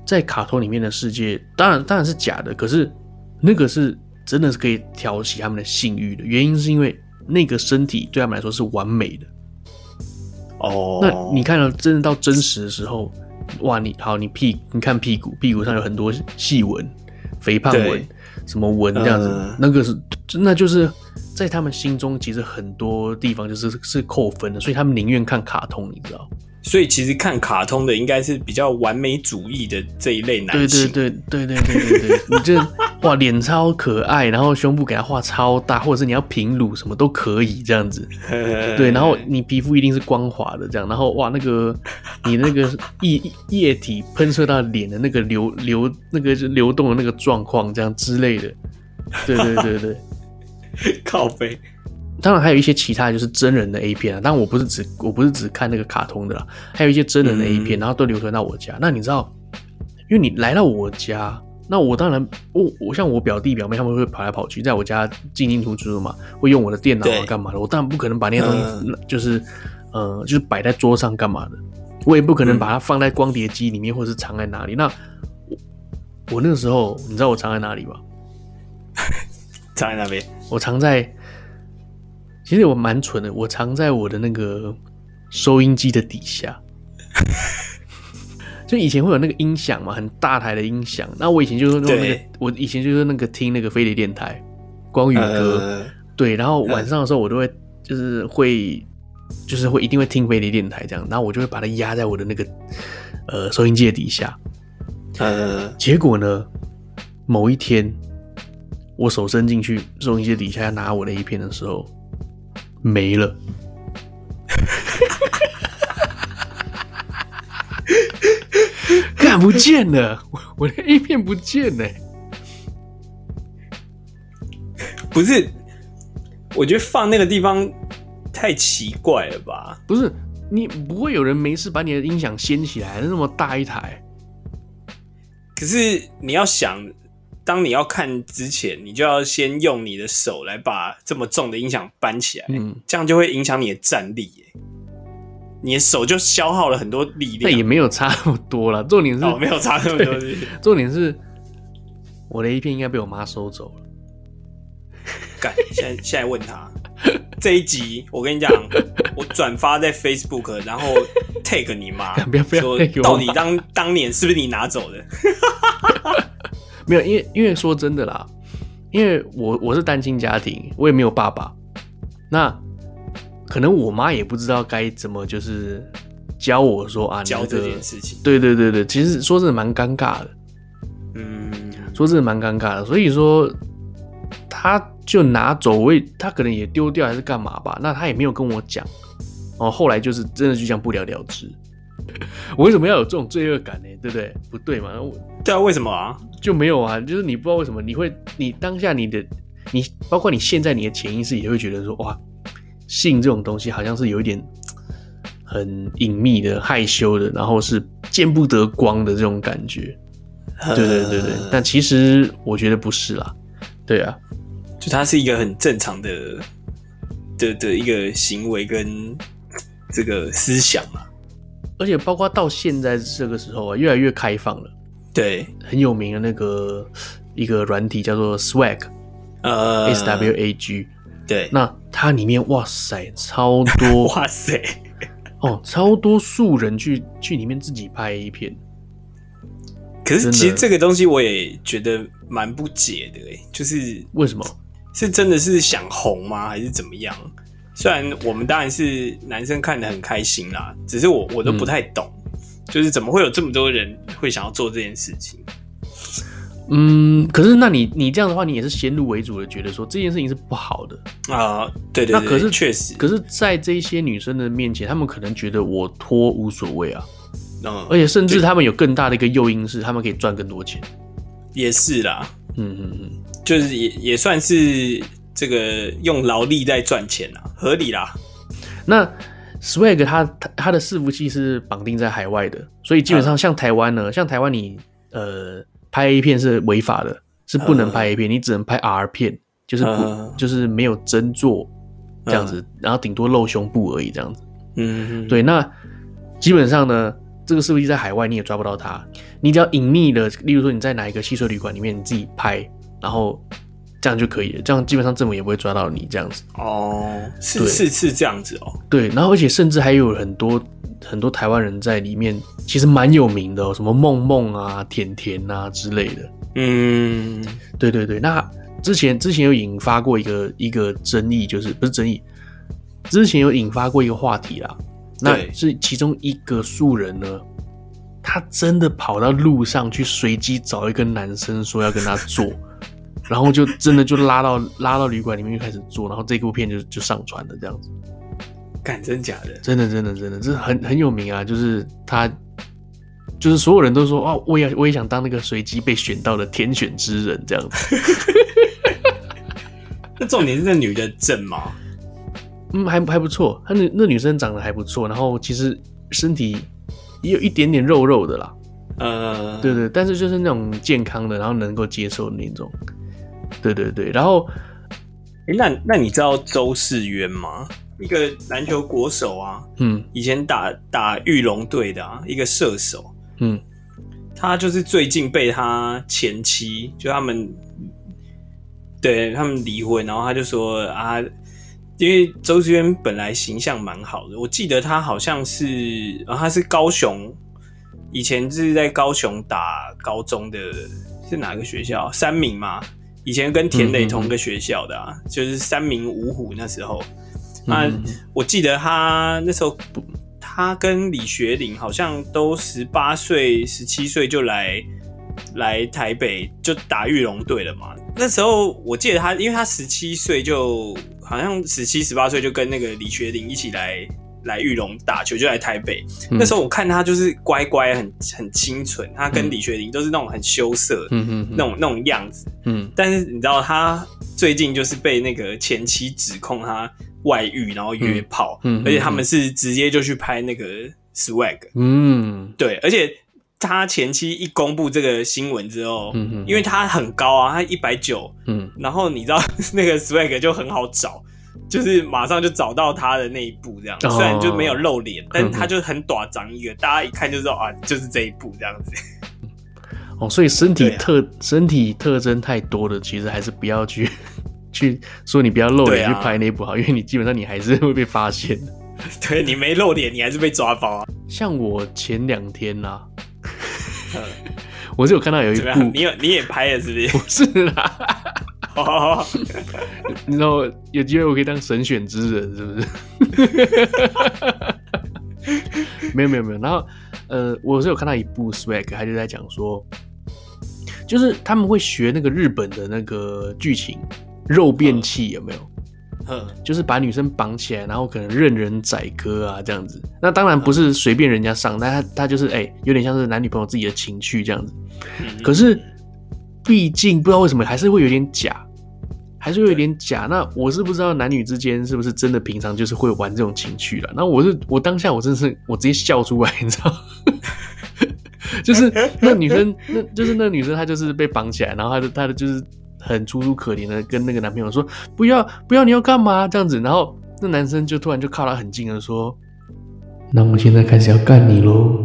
在卡通里面的世界，当然当然是假的，可是那个是真的是可以挑起他们的性欲的，原因是因为那个身体对他们来说是完美的。
哦，
那你看到真的到真实的时候，哇，你好，你屁，你看屁股，屁股上有很多细纹、肥胖纹
对、
什么纹这样子，
嗯
那个是那就是在他们心中，其实很多地方就是是扣分的，所以他们宁愿看卡通，你知道？
所以其实看卡通的应该是比较完美主义的这一类男
对对
性，
对对对对对对，你这哇脸超可爱，然后胸部给他画超大，或者是你要平乳什么都可以这样子。
对
对，然后你皮肤一定是光滑的，这样，然后哇，那个 你那个液液体喷射到脸的那个流流那个是流动的那个状况，这样之类的。对对对对，
靠背，
当然还有一些其他的就是真人的 A 片啊，当然我不是只我不是只看那个卡通的啦，还有一些真
嗯
人的 A 片，然后都流传到我家。那你知道，因为你来到我家，那我当然我我像我表弟表妹他们会跑来跑去，在我家进进出出的嘛，会用我的电脑啊
对
干嘛的，我当然不可能把那些东西、
嗯
就是呃就是摆在桌上干嘛的，我也不可能
嗯
把它放在光碟机里面或者是藏在哪里。那我我那个时候你知道我藏在哪里吗？
站在那边，
我藏在，其实我蛮蠢的，我藏在我的那个收音机的 底下。就以前会有那个音响嘛，很大台的音响。那我以前就是用那个
对，
我以前就是那个听那个飞碟电台、光宇歌，
呃，
对。然后晚上的时候，我都会就是会就是会一定会听飞碟电台这样，然后我就会把它压在我的那个呃收音机的底下。
呃，
结果呢，某一天我手伸进去收音机底下拿我的 A 片的时候，没了。 干不见了，我我的 A 片不见了、
不是，我觉得放那个地方太奇怪了吧？
不是，你不会有人没事把你的音响掀起来，那么大一台，
可是你要想，当你要看之前，你就要先用你的手来把这么重的音响搬起来，
嗯，
这样就会影响你的战力耶。你的手就消耗了很多力
那
量，
也没有差那么多了。重点是，
哦，没有差那么多力，
重点是我的 A 片应该被我妈收走了。
干，现在现在问他这一集，我跟你讲，我转发在 Facebook，然后 tag 你妈，
不要不要
说
tag
到
我妈
底当当年是不是你拿走的？
没有，因为因为说真的啦，因为我我是单亲家庭，我也没有爸爸，那可能我妈也不知道该怎么就是教我说啊，你
教
这
这
个
件事情，
对对对对，其实说真的蛮尴尬的，
嗯，
说真的蛮尴尬的，所以说他就拿走，我也他可能也丢掉还是干嘛吧，那他也没有跟我讲，哦，后来就是真的就这样不了了之。 我为什么要有这种罪恶感呢？对不对？不对嘛，我
对啊，为什么啊？
就没有啊，就是你不知道为什么你会，你当下你的，你包括你现在你的潜意识也会觉得说，哇，性这种东西好像是有一点很隐秘的、害羞的，然后是见不得光的这种感觉。对对对对，
呃
但其实我觉得不是啦，对啊，
就它是一个很正常的的的一个行为跟这个思想啊。
而且包括到现在这个时候啊，越来越开放了，
对，
很有名的那个一个软体叫做 Swag
呃
S W A G，、
对，
那它里面哇塞超多
哇塞，
哦，超多素人去去里面自己拍 A 片，
可
真
是
的
其实这个东西我也觉得蛮不解的、欸，就是
为什么？
是真的是想红吗，还是怎么样？虽然我们当然是男生看得很开心啦，只是我我都不太懂，就是怎么会有这么多人会想要做这件事情？
嗯，可是那你你这样的话，你也是先入为主的觉得说这件事情是不好的。
啊、对对
那
对，
可是
确实，
可是，在这些女生的面前，她们可能觉得我脱无所谓啊，
嗯，
而且甚至他们有更大的一个诱因是，他们可以赚更多钱。
也是啦，
嗯嗯嗯，
就是也也算是这个用劳力在赚钱啦，合理啦。
那 Swag 它它它的伺服器是绑定在海外的，所以基本
嗯
上像台湾呢，像台湾你呃拍 A 片是违法的，是不能拍 A 片，你只能拍 R 片，就是不、
嗯
就是没有真做这样子，然后顶多露胸部而已这样子。
嗯，
对，那基本上呢，这个伺服器在海外你也抓不到它，你只要隐秘的，例如说你在哪一个汽车旅馆里面你自己拍，然后这样就可以了，这样基本上政府也不会抓到你这样子。
哦，是
对
是是这样子哦，
对，然后而且甚至还有很多很多台湾人在里面，其实蛮有名的、哦，什么梦梦啊、甜甜啊之类的。
嗯，
对对对，那之前之前有引发过一个一个争议，就是不是争议，之前有引发过一个话题啦。那
对
是其中一个素人呢，他真的跑到路上去随机找一个男生说要跟他做，然后就真的就拉到拉到旅馆里面就开始做，然后这部片就就上传了这样子。
干真假的，
真的，真的，真的，这很很有名啊！就是他，就是所有人都说啊，我也我也想当那个随机被选到的天选之人这样子。
那重点是那女的正吗？
嗯，还还不错，他那那女生长得还不错，然后其实身体也有一点点肉肉的啦，
呃，
对对，但是就是那种健康的，然后能够接受的那种。对对对，然后
诶那那你知道周世渊吗？一个篮球国手啊，
嗯
以前打打玉龙队的啊，一个射手，
嗯
他就是最近被他前妻，就他们对他们离婚，然后他就说啊，因为周志渊本来形象蛮好的，我记得他好像是，啊、他是高雄，以前是在高雄打高中的，是哪个学校？三明嘛，以前跟田磊同个学校的啊，就是三明五虎那时候，那、
嗯
我记得他那时候不，他跟李学林好像都十八岁、十七岁就来来台北就打玉龙队了嘛。那时候我记得他，因为他十七岁就好
嗯
像十七、十八岁就跟那个李学林一起来来玉龙打球，就来台北。
嗯
那时候我看他就是乖乖很很清纯，他跟
嗯
李学林都是那种很羞涩、
嗯嗯
那种那种样子。
嗯
但是你知道他最近就是被那个前妻指控他外遇，然后约炮，
嗯嗯嗯
而且他们是直接就去拍那个 swag，
嗯
对，而且他前妻一公布这个新闻之后，
嗯嗯
因为他很高啊，他一百九，
嗯
然后你知道那个 swag 就很好找。就是马上就找到他的那一部这样，
哦
虽然就没有露脸，但
嗯嗯
他就很短长一个，大家一看就知道啊，就是这一部这样子。
哦，所以身体
对啊
特、身体特征太多的，其实还是不要去去说你不要露
对
脸
啊
去拍那部好，因为你基本上你还是会被发现的。
对你没露脸，你还是被抓包啊？
像我前两天啦、 我是有看到有一
嗯怎么样？
部
你，有你也拍了是 不是？
不是啦，
哦，
你知道有机会我可以当神选之人，是不是？ 没有没有没有，然后呃，我是有看到一部 swag，他就在讲说，就是他们会学那个日本的那个剧情，肉变器有没有？
嗯
就是把女生绑起来，然后可能任人宰割啊这样子。那当然不是随便人家上，但他他就是哎、有点像是男女朋友自己的情趣这样子。
嗯
可是毕竟不知道为什么还是会有点假，还是会有点假。那我是不知道男女之间是不是真的平常就是会玩这种情趣了。那我是我当下我真是我直接笑出来，你知道。 就是那女生，那就是那女生，她就是被绑起来，然后她的她的就是很楚楚可怜的跟那个男朋友说：“不要不要，你要干嘛？”这样子，然后那男生就突然就靠她很近的说：“那我现在开始要干你喽。”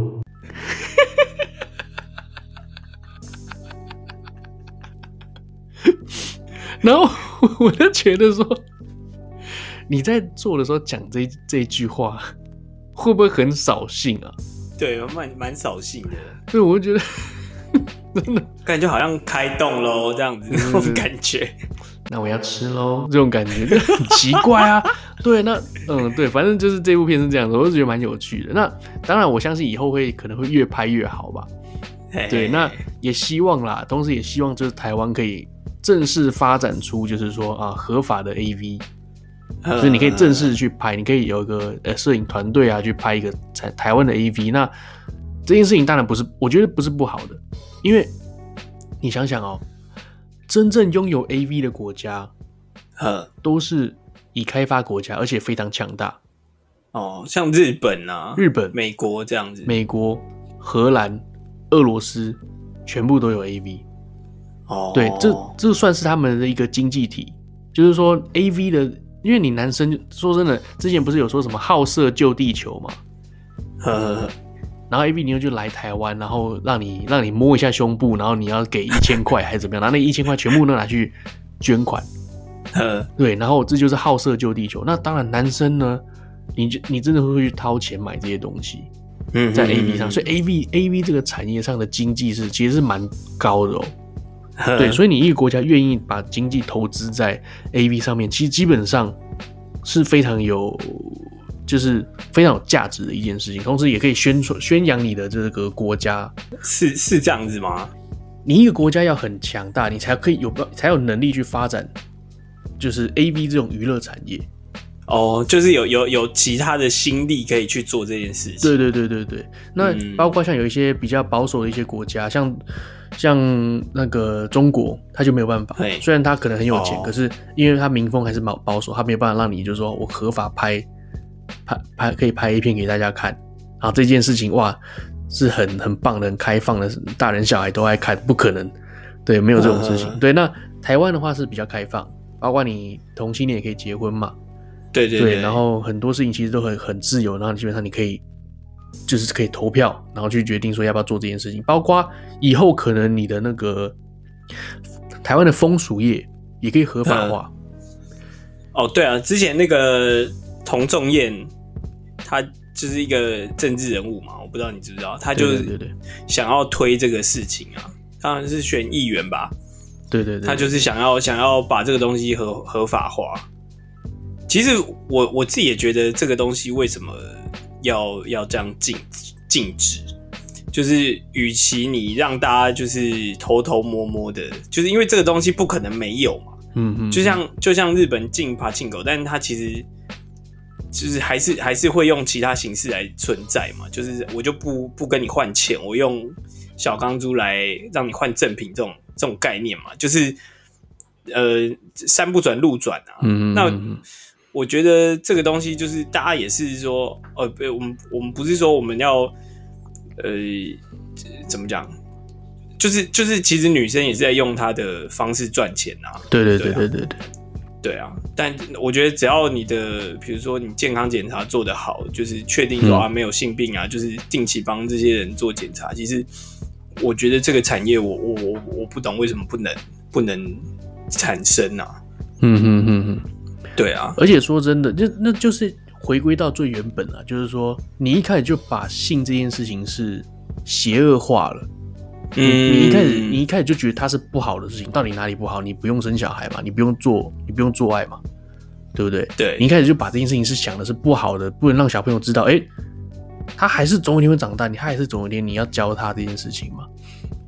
然后 我我就觉得说，你在做的时候讲这一这一句话，会不会很扫兴啊？
对，蛮蛮扫兴的，
所以我就觉得，真的，
感觉好像开动喽这
嗯
样子那种感觉。
那我要吃喽，这种感觉就很奇怪 啊。对，那嗯，对，反正就是这部片是这样子，我就觉得蛮有趣的。那当然，我相信以后会可能会越拍越好吧。
嘿
对，
嘿
那也希望啦，同时也希望就是台湾可以正式发展出就是说啊合法的 AV，
嗯
就是你可以正式去拍，你可以有一个呃摄影团队啊去拍一个台台湾的 AV，那这件事情当然不是，我觉得不是不好的，因为你想想哦，真正拥有 AV 的国家
呵，
都是已开发国家，而且非常强大，
哦，像日本啊、
日本、
美国这样子，
美国、荷兰、俄罗斯全部都有 AV。
哦，
对，这这算是他们的一个经济体，就是说 A V 的，因为你男生就说真的，之前不是有说什么好色救地球嘛，
呵呵呵，
然后 A V 妞就来台湾，然后让你让你摸一下胸部，然后你要给一千块还是怎么样， 然后那一千块全部都拿去捐款，
呵，
对，然后这就是好色救地球。那当然，男生呢，你就你真的会去掏钱买这些东西
嗯，
在 A V 上，所
以
以 A V A V 这个产业上的经济是其实是蛮高的哦。
嗯
对，所以你一个国家愿意把经济投资在 A V 上面，其实基本上是非常有，就是非常有价值的一件事情，同时也可以宣传宣扬你的这个国家。
是是这样子吗？
你一个国家要很强大，你才可以有才有能力去发展，就是 A V 这种娱乐产业。
哦，就是有有有其他的心力可以去做这件事情。
对对对对对，那
嗯
包括像有一些比较保守的一些国家，像像那个中国，他就没有办法
嘿。
虽然他可能很有钱，
哦
可是因为他民风还是蛮保守，他没有办法让你就是说我合法拍拍拍可以拍 A 片给大家看啊，这件事情哇是很很棒的、很开放的，大人小孩都爱看，不可能对没有这种事情。
嗯
对，那台湾的话是比较开放，包括你同性恋也可以结婚嘛，
对对
对，然后很多事情其实都很很自由，然后基本上你可以就是可以投票，然后去决定说要不要做这件事情，包括以后可能你的那个台湾的风俗业也可以合法化，
哦，对啊，之前那个童仲彦，他就是一个政治人物嘛，我不知道你知不知道，他就
对
是
对对
想要推这个事情啊，当然是选议员吧，
对对对，
他就是想要想要把这个东西合合法化。其实我我自己也觉得这个东西为什么要要这样禁禁止，就是与其你让大家就是偷偷摸摸的，就是因为这个东西不可能没有嘛。
嗯嗯，
就像就像日本禁爬进狗，但是它其实就是还是还是会用其他形式来存在嘛，就是我就不不跟你换钱，我用小钢珠来让你换正品这种这种概念嘛，就是呃山不转路转啊，
嗯嗯
那
嗯
我觉得这个东西就是大家也是说，呃，不我们我们不是说我们要，呃，怎么讲？就是就是，其实女生也是在用她的方式赚钱啊。
对对对
对
对对对，
对啊，但我觉得只要你的，比如说你健康检查做得好，就是确定说
嗯
啊没有性病啊，就是定期帮这些人做检查。其实我觉得这个产业我，我我我不懂为什么不能不能产生啊。
嗯嗯嗯嗯。
对啊，
而且说真的，就那就是回归到最原本啊，就是说你一开始就把性这件事情是邪恶化了。你
嗯
你一开始你一开始就觉得它是不好的事情，到底哪里不好？你不用生小孩嘛，你不用做，你不用做爱嘛，对不对？
对
你一开始就把这件事情是想的是不好的，不能让小朋友知道，哎、他还是总有一天会长大，你还是总有一天你要教他这件事情嘛，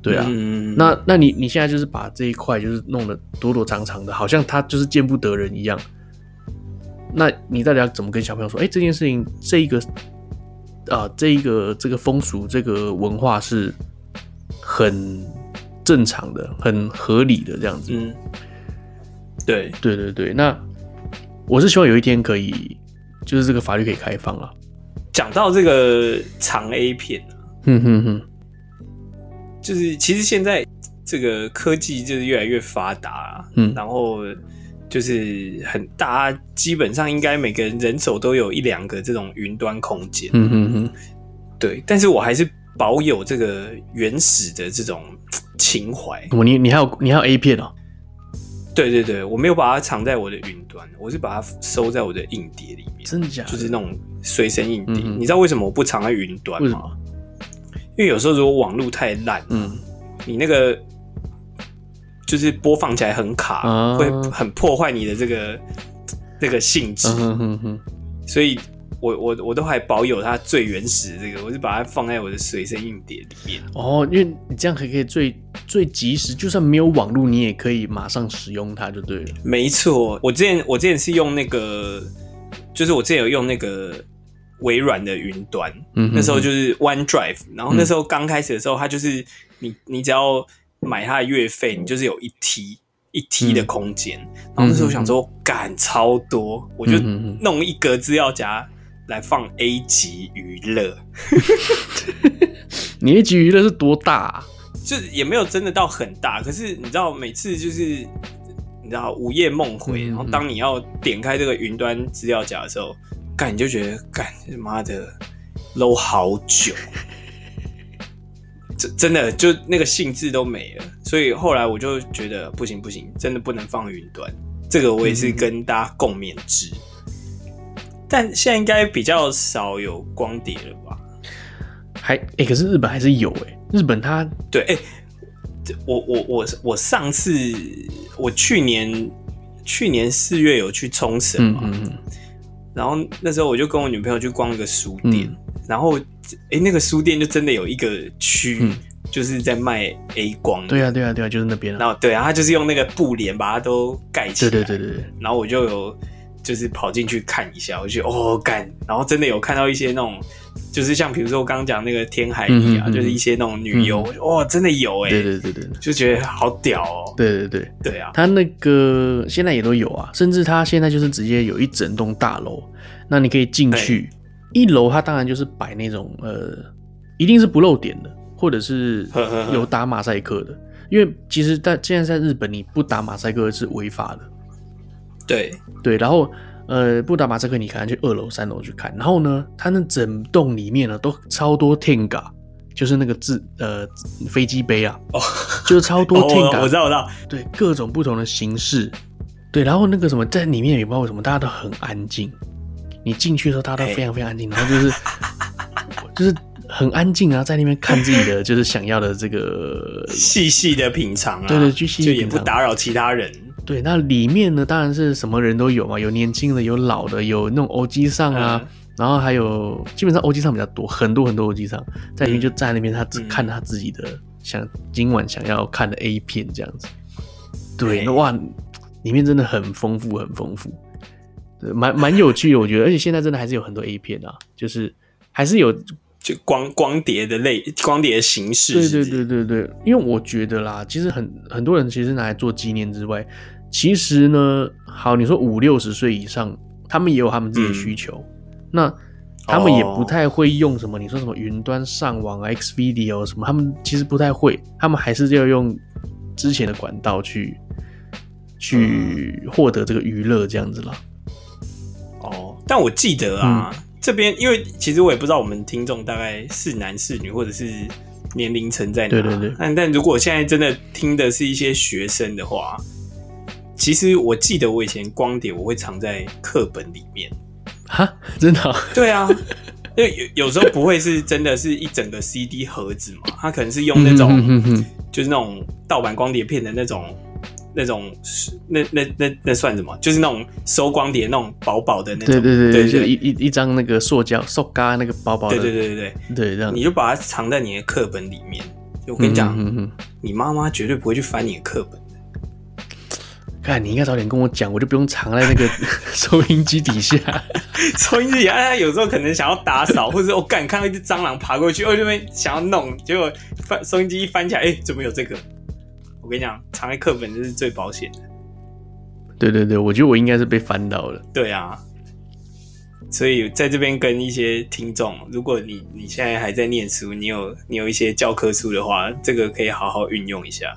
对啊。
嗯
那那你你现在就是把这一块就是弄得躲躲藏藏的，好像他就是见不得人一样。那你到底要怎么跟小朋友说？哎、这件事情，这一个啊、这一个这个风俗，这个文化是很正常的，很合理的这样子。
嗯，对，
对对对，那我是希望有一天可以，就是这个法律可以开放啊。
讲到这个长 A 片啊，
哼嗯哼哼，
就是其实现在这个科技就是越来越发达啊，
嗯
然后就是很大家基本上应该每个人人手都有一两个这种云端空间，
嗯哼哼，
对，但是我还是保有这个原始的这种嘖情怀，
我哦你你还有你还有 A 片哦？
对对对，我没有把它藏在我的云端，我是把它收在我的硬碟里面，
真的假的？
就是那种随身硬碟，
嗯嗯
你知道为什么我不藏在云端
为什
吗
么？
因为有时候如果网络太烂，
嗯
你那个就是播放起来很卡，
啊
会很破坏你的这个这个性质，
嗯哼哼哼，
所以我我我都还保有它最原始的这个，我是把它放在我的随身硬碟里面。
哦，因为你这样可以可以最最及时，就算没有网络，你也可以马上使用它就对了。
没错，我之前我之前是用那个，就是我之前有用那个微软的云端，
嗯哼
那时候就是 OneDrive，然后那时候刚开始的时候，它就是你你只要买它的月费，你就是有一 T 一 T 的空间。然后那时候想说，干超多，我就
嗯哼哼
弄一格资料夹来放 A 级娱乐，
你一级娱乐是多大啊、
就是也没有真的到很大，可是你知道每次就是。你知道午夜梦回，
嗯
然后当你要点开这个云端资料夹的时候，干你就觉得干妈的 low 好久，真真的就那个兴致都没了。所以后来我就觉得不行不行，真的不能放云端。这个我也是跟大家共勉之。但现在应该比较少有光碟了吧？
还哎、可是日本还是有哎、日本它
对，哎、这我我我我上次我去年去年四月有去冲绳
嗯
嘛，
嗯嗯，
然后那时候我就跟我女朋友去逛一个书店，
嗯
然后哎、诶那个书店就真的有一个区、
嗯
就是在卖 A 光的，
对啊对啊对啊，就是那边啊，
然后对，然后他就是用那个布帘把它都盖起
对
来，
对对对对，
然后我就有就是跑进去看一下，我就觉得哦干，然后真的有看到一些那种，就是像比如说我刚刚讲那个天海翼啊，
嗯嗯嗯
就是一些那种女优，
嗯
我就哦真的有哎、
对对对对对
就觉得好屌哦，
对对对，
对啊，
它那个现在也都有啊，甚至它现在就是直接有一整栋大楼，那你可以进去，一楼它当然就是摆那种呃，一定是不露点的，或者是
呵呵呵
有打马赛克的，因为其实在现在在日本你不打马赛克是违法的。
对，
对，然后呃，布达马赛克你可能去二楼、三楼去看，然后呢，它那整栋里面呢都超多 Tenga，就是那个字呃飞机杯啊，
哦，
就是超多
我我
Tenga，、
我知道我知道，
对各种不同的形式，对，然后那个什么在里面也不知道为什么大家都很安静，你进去的时候大家都非常非常安静，然后就是就是很安静啊，在那边看自己的就是想要的这个
细细的品尝啊，
对对去细细
就
地
也
品
不
尝
打扰其他人，
对，那里面呢，当然是什么人都有嘛，有年轻的，有老的，有那种欧基上啊，
嗯
然后还有基本上欧基上比较多，很多很多欧基上在里
嗯
面就在那边，他只
嗯
看他自己的、想今晚想要看的 A 片这样子。
哎
对，那哇，里面真的很丰富，很丰富，对蛮蛮有趣的，我觉得，而且现在真的还是有很多 A 片啊，就是还是有
就光光碟的类，光碟的形式，
对
是不
对
是
对对对，因为我觉得啦，其实很很多人其实拿来做纪念之外，其实呢，好，你说五六十岁以上，他们也有他们自己的
嗯
需求，那他们也
哦
不太会用什么，你说什么云端上网啊、X Video 什么，他们其实不太会，他们还是要用之前的管道去
嗯
去获得这个娱乐这样子啦。
哦，但我记得啊，
嗯
这边因为其实我也不知道我们听众大概是男是女，或者是年龄层在哪。
对对对
但但如果现在真的听的是一些学生的话，其实我记得我以前光碟我会藏在课本里面。
哈，真的啊、
对啊，因为有有时候不会是真的是一整个 CD 盒子嘛，它可能是 用那种、
嗯哼哼哼
就是那种盗版光碟片的那种。那种那那那那算什么？就是那种收光碟那种薄薄的那种，
对对对
对
对，就一一一张那个塑胶塑胶那个薄薄的，
对对对对对，
对这样。
你就把它藏在你的课本里面。我跟你讲，
嗯嗯
你妈妈绝对不会去翻你的课本的。
看，你应该早点跟我讲，我就不用藏在那 个收音机底下。
收音机，她哎有时候可能想要打扫，或者是我哦干、看到一只蟑螂爬过去，哦我这边想要弄，结果翻收音机一翻起来，哎、怎么有这个？ 我跟你讲，藏在课本就是最保险的。
对对对，我觉得我应该是被翻到了。
对啊，所以在这边跟一些听众，如果你你现在还在念书，你有你有一些教科书的话，这个可以好好运用一下。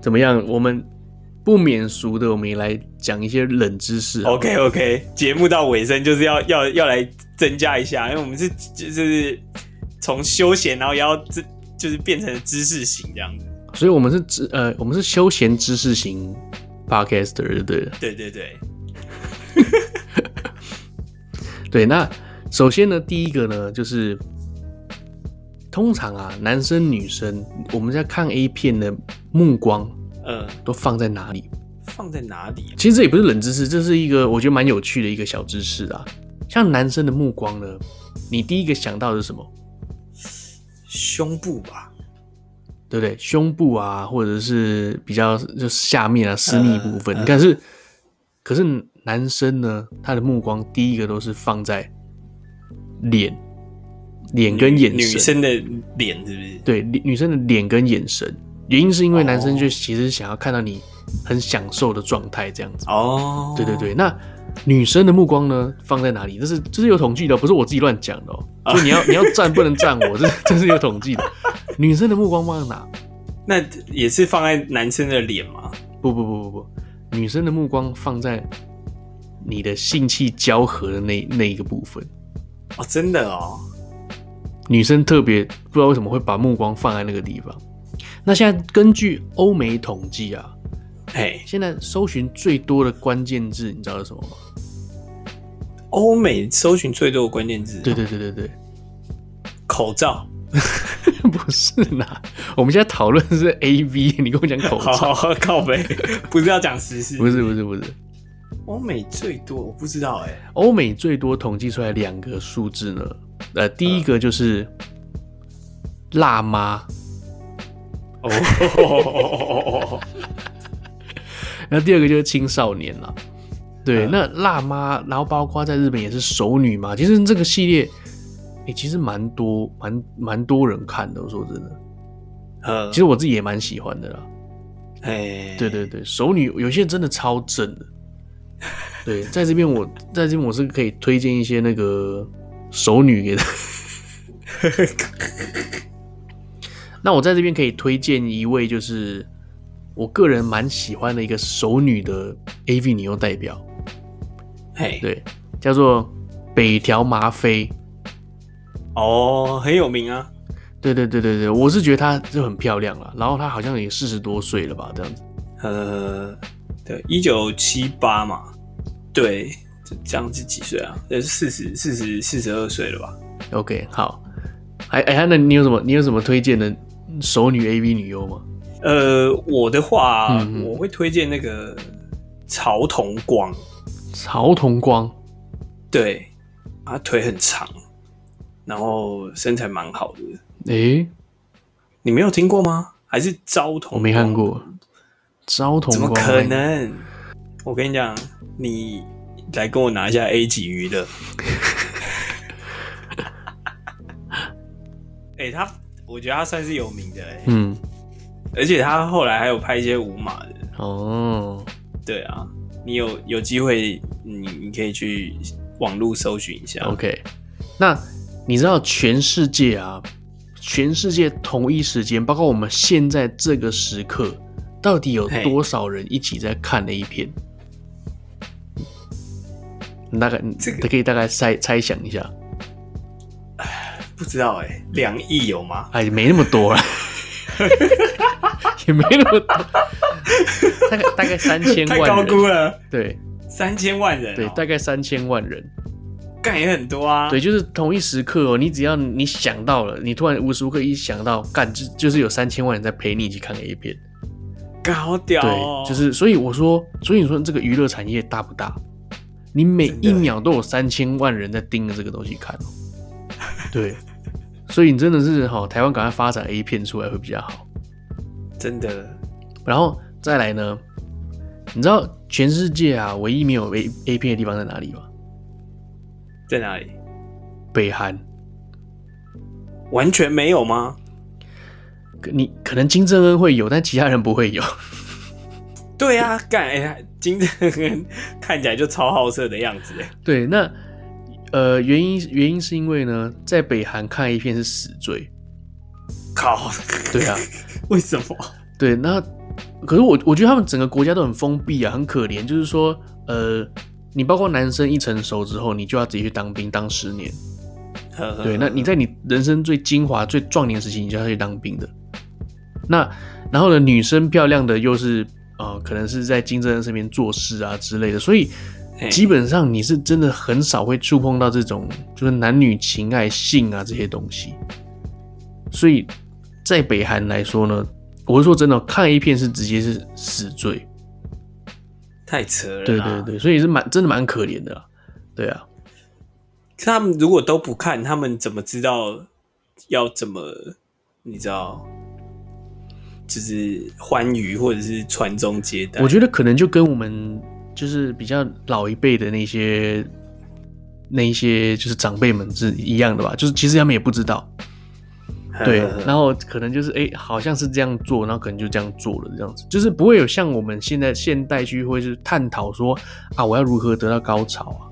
怎么样？我们不免俗的，我们也来讲一些冷知识。啊
OK OK，节目到尾声就是要要要来增加一下，因为我们是就是从休闲，然后也要知就是变成知识型这样子。
所以我们是知呃，我们是休闲知识型 podcaster，对不对？
对对对，
对，那首先呢，第一个呢，就是通常啊，男生女生我们在看 A 片的目光
呃，
都放在哪里？
放在哪里啊、
其实这也不是冷知识，这是一个我觉得蛮有趣的一个小知识啊。像男生的目光呢，你第一个想到的是什么？
胸部吧，
对不对？胸部啊，或者是比较就是下面啊私密部分。
嗯嗯
但是，可是男生呢，他的目光第一个都是放在脸、脸跟眼
女
神，
生的脸是不是？
对女女生的脸跟眼神。原因是因为男生
哦
就其实想要看到你很享受的状态这样子。
哦，
对对对，那女生的目光呢放在哪里？这是这是有统计的哦，不是我自己乱讲的、哦。
啊
就你要你要站不能站我，这这是有统计的。女生的目光放在哪？
那也是放在男生的脸嘛？
不不不不不，女生的目光放在你的性气交合的那那一个部分。
哦，真的哦，
女生特别不知道为什么会把目光放在那个地方。那现在根据欧美统计啊，
嘿，
现在搜寻最多的关键字，你知道是什么吗？
欧美搜寻最多的关键字，
对，对对对对，
口罩，
不是啦，我们现在讨论的是 A V，你跟我讲 口
好
罩，
好好，靠 背，不是要讲时事，
不是不是不是，
欧美最多，我不知道哎，
欧美最多统计出来两个数字呢，呃，第一个就是辣妈，
哦，
那第二个就是青少年啦。对，
嗯
那辣妈，然后包括在日本也是熟女嘛。其实这个系列，诶、其实蛮多、蛮蛮多人看的。我说真的，
呃
其，实我自己也蛮喜欢的啦。
哎，
对对对，熟女有些真的超正的。对，在这边我在这边我是可以推荐一些那个熟女给他。那我在这边可以推荐一位，就是我个人蛮喜欢的一个熟女的 AV 女优代表。
嘿，
对，叫做北条麻妃。
哦，很有名啊，
对对对对对，我是觉得她就很漂亮了，然后她好像也四十多岁了吧，这样子。
呃，对，一九七八嘛，对，这这样是几岁啊？这是四十四十四十二岁了吧？
OK，好，哎哎，那你有什么你有什么推荐的熟女 AV 女优吗？
呃，我的话，
嗯嗯
我会推荐那个曹同光，
曹同光，
对，他腿很长，然后身材蛮好的。
哎、
你没有听过吗？还是昭同？
我没看，过。昭同
怎么
光，
可？能？我跟你讲，你来跟我拿一下 A 级娱 乐。哎、他我觉得他算是有名的哎、
嗯，
而且他后来还有拍一些舞马的。
哦，
对啊，你有有机会，你你可以去网络搜寻一下。
OK，那你知道全世界啊，全世界同一时间，包括我们现在这个时刻，到底有
嘿
多少人一起在看 A 片？你大概
这个
你可以大概猜猜想一下，
不知道哎、两亿有吗？
哎，没那么多了， 也没那么多，大概大概三千
太
万
高
人，
估了，
对
三千万人、哦
对，大概三千万人，
干也很多啊。
对，，就是同一时刻哦，你只要你想到了，你突然无时无刻一想到，干就就是有三千万人在陪你一起看 A 片，
干好屌、哦
对，就是所以我说，所以你说这个娱乐产业大不大？你每
真的
一秒都有三千万人在盯着这个东西看哦，对，所以你真的是哈、台湾赶快发展 A 片出来会比较好。
真的
然后再来呢，你知道全世界啊唯一没有 A A 片的地方在哪里吗？
在哪里？
北韩。
完全没有吗？
可你可能金正恩会有，但其他人不会有。
对啊，干哎、呀，金正恩看起来就超好色的样子哎。
对，那呃，原因原因是因为呢，在北韩看 A 片是死罪。
靠，
对啊，
为什么？
对，那可是我我觉得他们整个国家都很封闭啊，很可怜。就是说，呃，你包括男生一成熟之后，你就要自己去当兵，当十年。对，那你在你人生最精华、最壮年时期，你就要去当兵的。那然后呢，女生漂亮的又是呃，可能是在金正恩身边做事啊之类的，所以
嘿
基本上你是真的很少会触碰到这种就是男女情爱、性啊这些东西。所以在北韩来说呢，我是说真的，看 A 片是直接是死罪。
太扯了。
对对。对，所以是蛮真的蛮可怜的啦。对啊，
可他们如果都不看，他们怎么知道要怎么？你知道，就是欢愉或者是传宗接代？
我觉得可能就跟我们就是比较老一辈的那些那一些就是长辈们是一样的吧，就是其实他们也不知道，
嗯
对，然后可能就是哎、诶好像是这样做，然后可能就这样做了，这样子，就是不会有像我们现在现代去会是探讨说啊，我要如何得到高潮啊，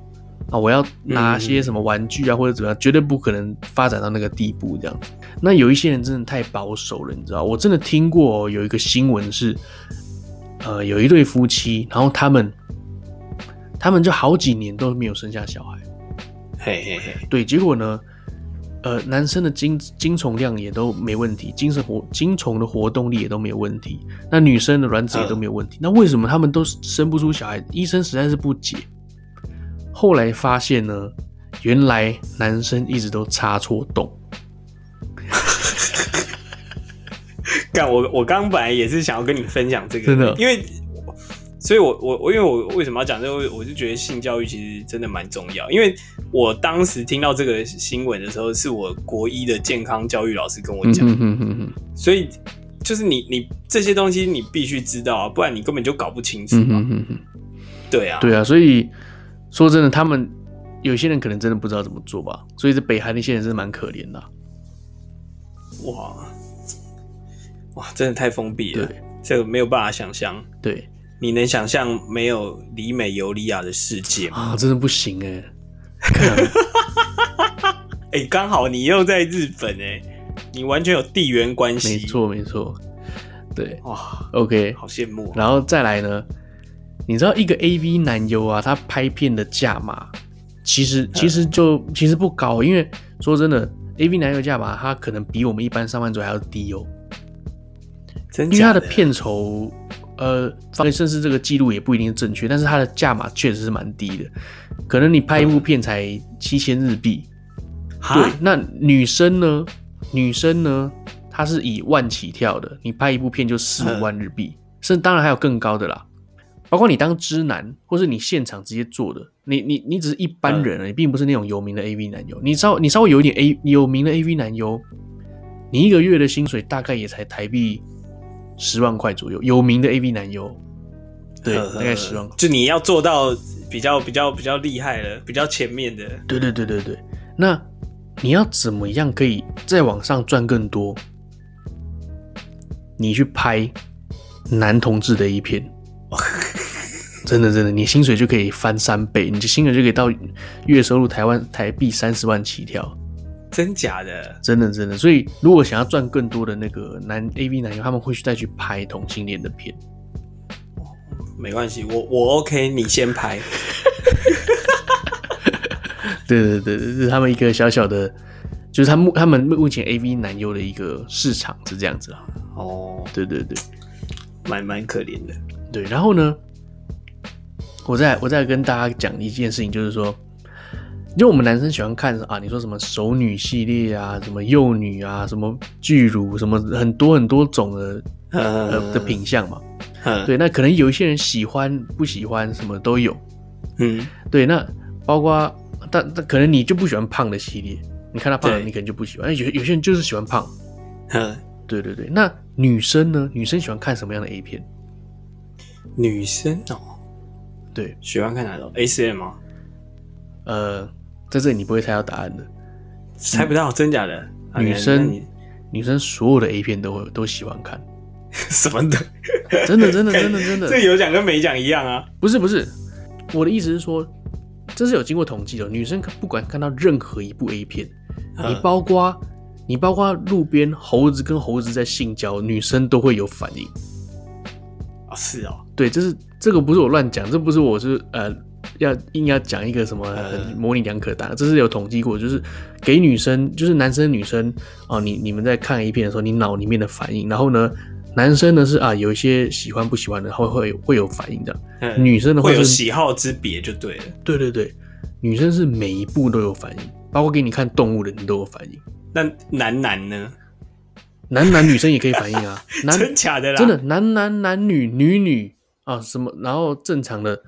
啊，我要拿些什么玩具啊，或者怎么样，绝对不可能发展到那个地步这样子。那有一些人真的太保守了，你知道，我真的听过、有一个新闻是，呃，有一对夫妻，然后他们他们就好几年都没有生下小孩。
嘿嘿嘿，
对，结果呢，呃，男生的精精虫量也都没问题，精神活精虫的活动力也都没有问题，那女生的卵子也都没有问题，那为什么他们都生不出小孩？医生实在是不解。后来发现呢，原来男生一直都插错洞。
干我我刚本来也是想要跟你分享这个，
真的
因为我，所以我我我因为我为什么要讲这个，我就觉得性教育其实真的蛮重要。因为我当时听到这个新闻的时候，是我国一的健康教育老师跟我
嗯
讲，
哼哼哼哼，
所以就是你你这些东西你必须知道啊，不然你根本就搞不清楚
嗯
嘛。
哼哼哼，
对啊，
对啊，所以说真的，他们有些人可能真的不知道怎么做吧，所以这北韩那些人真的蛮可怜的啊、
哇哇，真的太封闭了，
对
这个没有办法想象。
对
你能想象没有里美尤利亚的世界吗？
啊，真的不行哎、 啊
哎、刚好你又在日本哎、你完全有地缘关系。
没，错没错，对
哇，
，OK，
好羡慕啊！
然后再来呢，你知道一个 AV 男优啊，他拍片的价码其实其实就其实不高，因为说真的，AV 男优价码他可能比我们一般上班族还要低哦，
真
因为他
假
的
的
片酬。呃，所以甚至这个记录也不一定是正确，但是他的价码确实是蛮低的，可能你拍一部片才七千日币，对
哈，
那女生呢？女生呢？她是以万起跳的，你拍一部片就四
嗯
五万日币，甚至当然还有更高的啦。包括你当知男，或是你现场直接做的，你你你只是一般人而已，
嗯
你并不是那种有名的 AV 男优。你稍你稍微有一点 A 有名的 AV 男优，你一个月的薪水大概也才台币十万块左右。有名的 AV 男优，对，
呵呵
大概十万块。
就你要做到比较比较比较厉害了，比较前面的，
对对对对对，那你要怎么样可以再往上赚更多？你去拍男同志的一片，真的真的，你薪水就可以翻三倍，你的薪水就可以到月收入台湾台币三十万起跳，
真假的？
真的真的。所以如果想要赚更多的那个男 AV 男优，他们会去再去拍同性恋的片。
没关系，我我 OK，你先拍。
对对对对，这是他们一个小小的，就是他目他们目前 AV 男优的一个市场是这样子啊。
哦，
对对对。
蛮蛮可怜的。
对，然后呢，我再我再跟大家讲一件事情，就是说，就我们男生喜欢看啊，你说什么熟女系列啊，什么幼女啊，什么巨乳，什么很多很多种的呃
呃
的，品相嘛。
嗯，
对，那可能有一些人喜欢不喜欢什么都有。
嗯，
对，那包括但但可能你就不喜欢胖的系列，你看他胖了，
对
你可能就不喜欢。哎有有些人就是喜欢胖。
嗯，
对对对，那女生呢？女生喜欢看什么样的 A 片？
女生哦，
对，
喜欢看哪种？S M 哦吗？
呃，在这里你不会猜到答案的。
猜不到，真假的？啊
女
那
生
那你
女生所有的 A 片都会都喜欢看，
什么的？
真的真的真的真
这
的，
有奖跟没奖一样啊。
不是不是，我的意思是说，这是有经过统计的，女生不管看到任何一部 A 片，
嗯
你包括你包括路边猴子跟猴子在性交，女生都会有反应。
啊，是哦，
对，这是这个不是我乱讲，这不是我是呃要硬要讲一个什么
嗯
很模棱两可答案，这是有统计过，就是给女生，就是男生女生哦，你你们在看 A 片的时候，你脑里面的反应，然后呢，男生呢是啊有一些喜欢不喜欢的，会会会有反应的，
嗯
女生的话
会有
是，
喜好之别就对了。
对对对，女生是每一步都有反应，包括给你看动物的你都有反应，
那男男呢？
男男女生也可以反应啊，男
真假的啦？
真的男男男女女女啊什么，然后正常的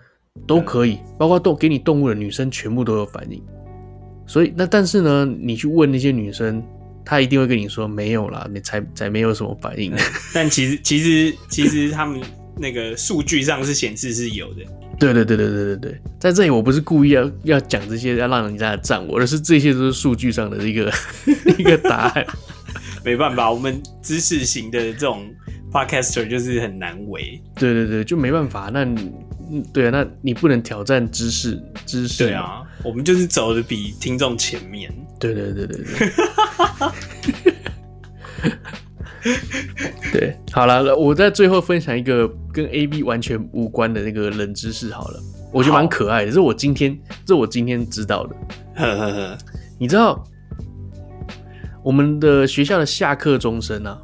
都可以，
嗯
包括动给你动物的女生全部都有反应。所以那但是呢，你去问那些女生，她一定会跟你说没有啦，你才才没有什么
嗯
反应。
但其实其实其实他们那个数据上是显示是有的，
对对对对对对对，在这里我不是故意要要讲这些，要让人家来赞我，而是这些都是数据上的一个 一个答案。
没办法，我们知识型的这种 podcaster 就是很难为。
对对对，就没办法。那你嗯对啊，那你不能挑战知识知识。
对，啊，我们就是走的比听众前面。
对对对 对对。对，好了，我在最后分享一个跟 A B 完全无关的那个冷知识好了，我觉得蛮
好
可爱的，这是我今天这是我今天知道的。
呵呵呵，
你知道我们的学校的下课钟声啊，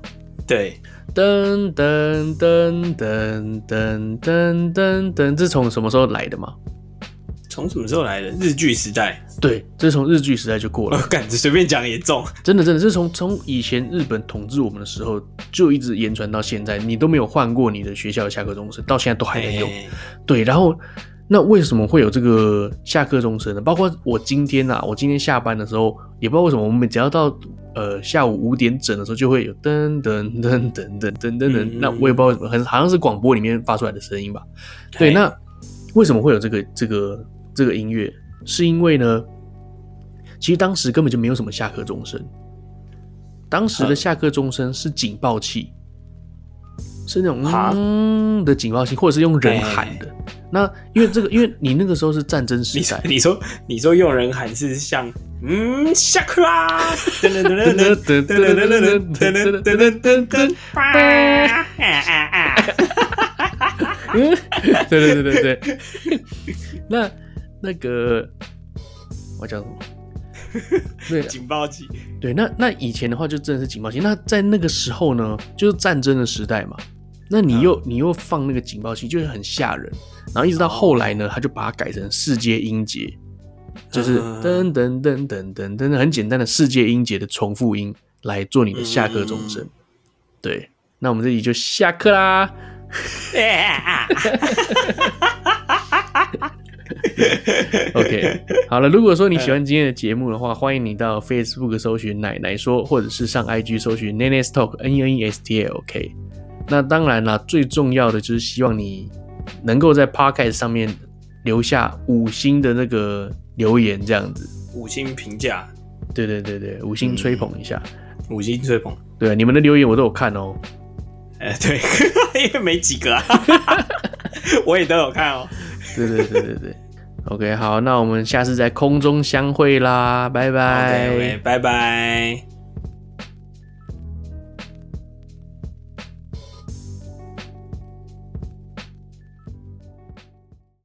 对，
噔噔噔噔噔噔噔噔，这是从什么时候来的吗？
从什么时候来的？日剧时代。
对，这是从日据时代就过
我
了，
感觉随便讲也中。
真的真的，这是从从以前日本统治我们的时候就一直延传到现在，你都没有换过你的学校的下课钟声，到现在都还在用。
哎
对，然后那为什么会有这个下课钟声呢？包括我今天啊，我今天下班的时候，也不知道为什么，我们只要到呃下午五点整的时候，就会有噔噔噔噔噔噔噔噔
嗯，
那我也不知道为什么，很好像是广播里面发出来的声音吧。对，
嘿
那为什么会有这个这个这个音乐？是因为呢，其实当时根本就没有什么下课钟声，当时的
嗯
下课钟声是警报器，是那种
哈
嗯的警报器，或者是用人喊的。那因为这个，因为你那个时候是战争时
你
代，
你说你说用人喊是像嗯下课啦，噔噔噔噔噔噔噔噔噔噔噔噔噔噔，
嗯，对对对对对。那那个我讲什么？对，
警报器，
对，那那以前的话就真的是警报器。那在那个时候呢，就是战争的时代嘛。那你又、你又放那个警报器，就是很吓人。然后一直到后来呢，他就把它改成世界音节，就是
嗯
噔噔噔噔噔噔，很简单的世界音节的重复音来做你的下课钟声。对，那我们这里就下课啦。OK，好了，如果说你喜欢今天的节目的 话，欢迎你到 Facebook 搜寻“奶奶说”，或者是上 IG 搜寻 “Nenes Talk N E N E S T A O K”。那当然啦，最重要的就是希望你能够在 Podcast 上面留下五星的那个留言，这样子。
五星评价，
对对对对，五星吹捧一下。
五星吹捧，
对，啊你们的留言我都有看哦。
哎对，因为没几个啊，我也都有看哦，
对对对对 对。OK，好，那我们下次在空中相会啦，拜拜。
拜拜。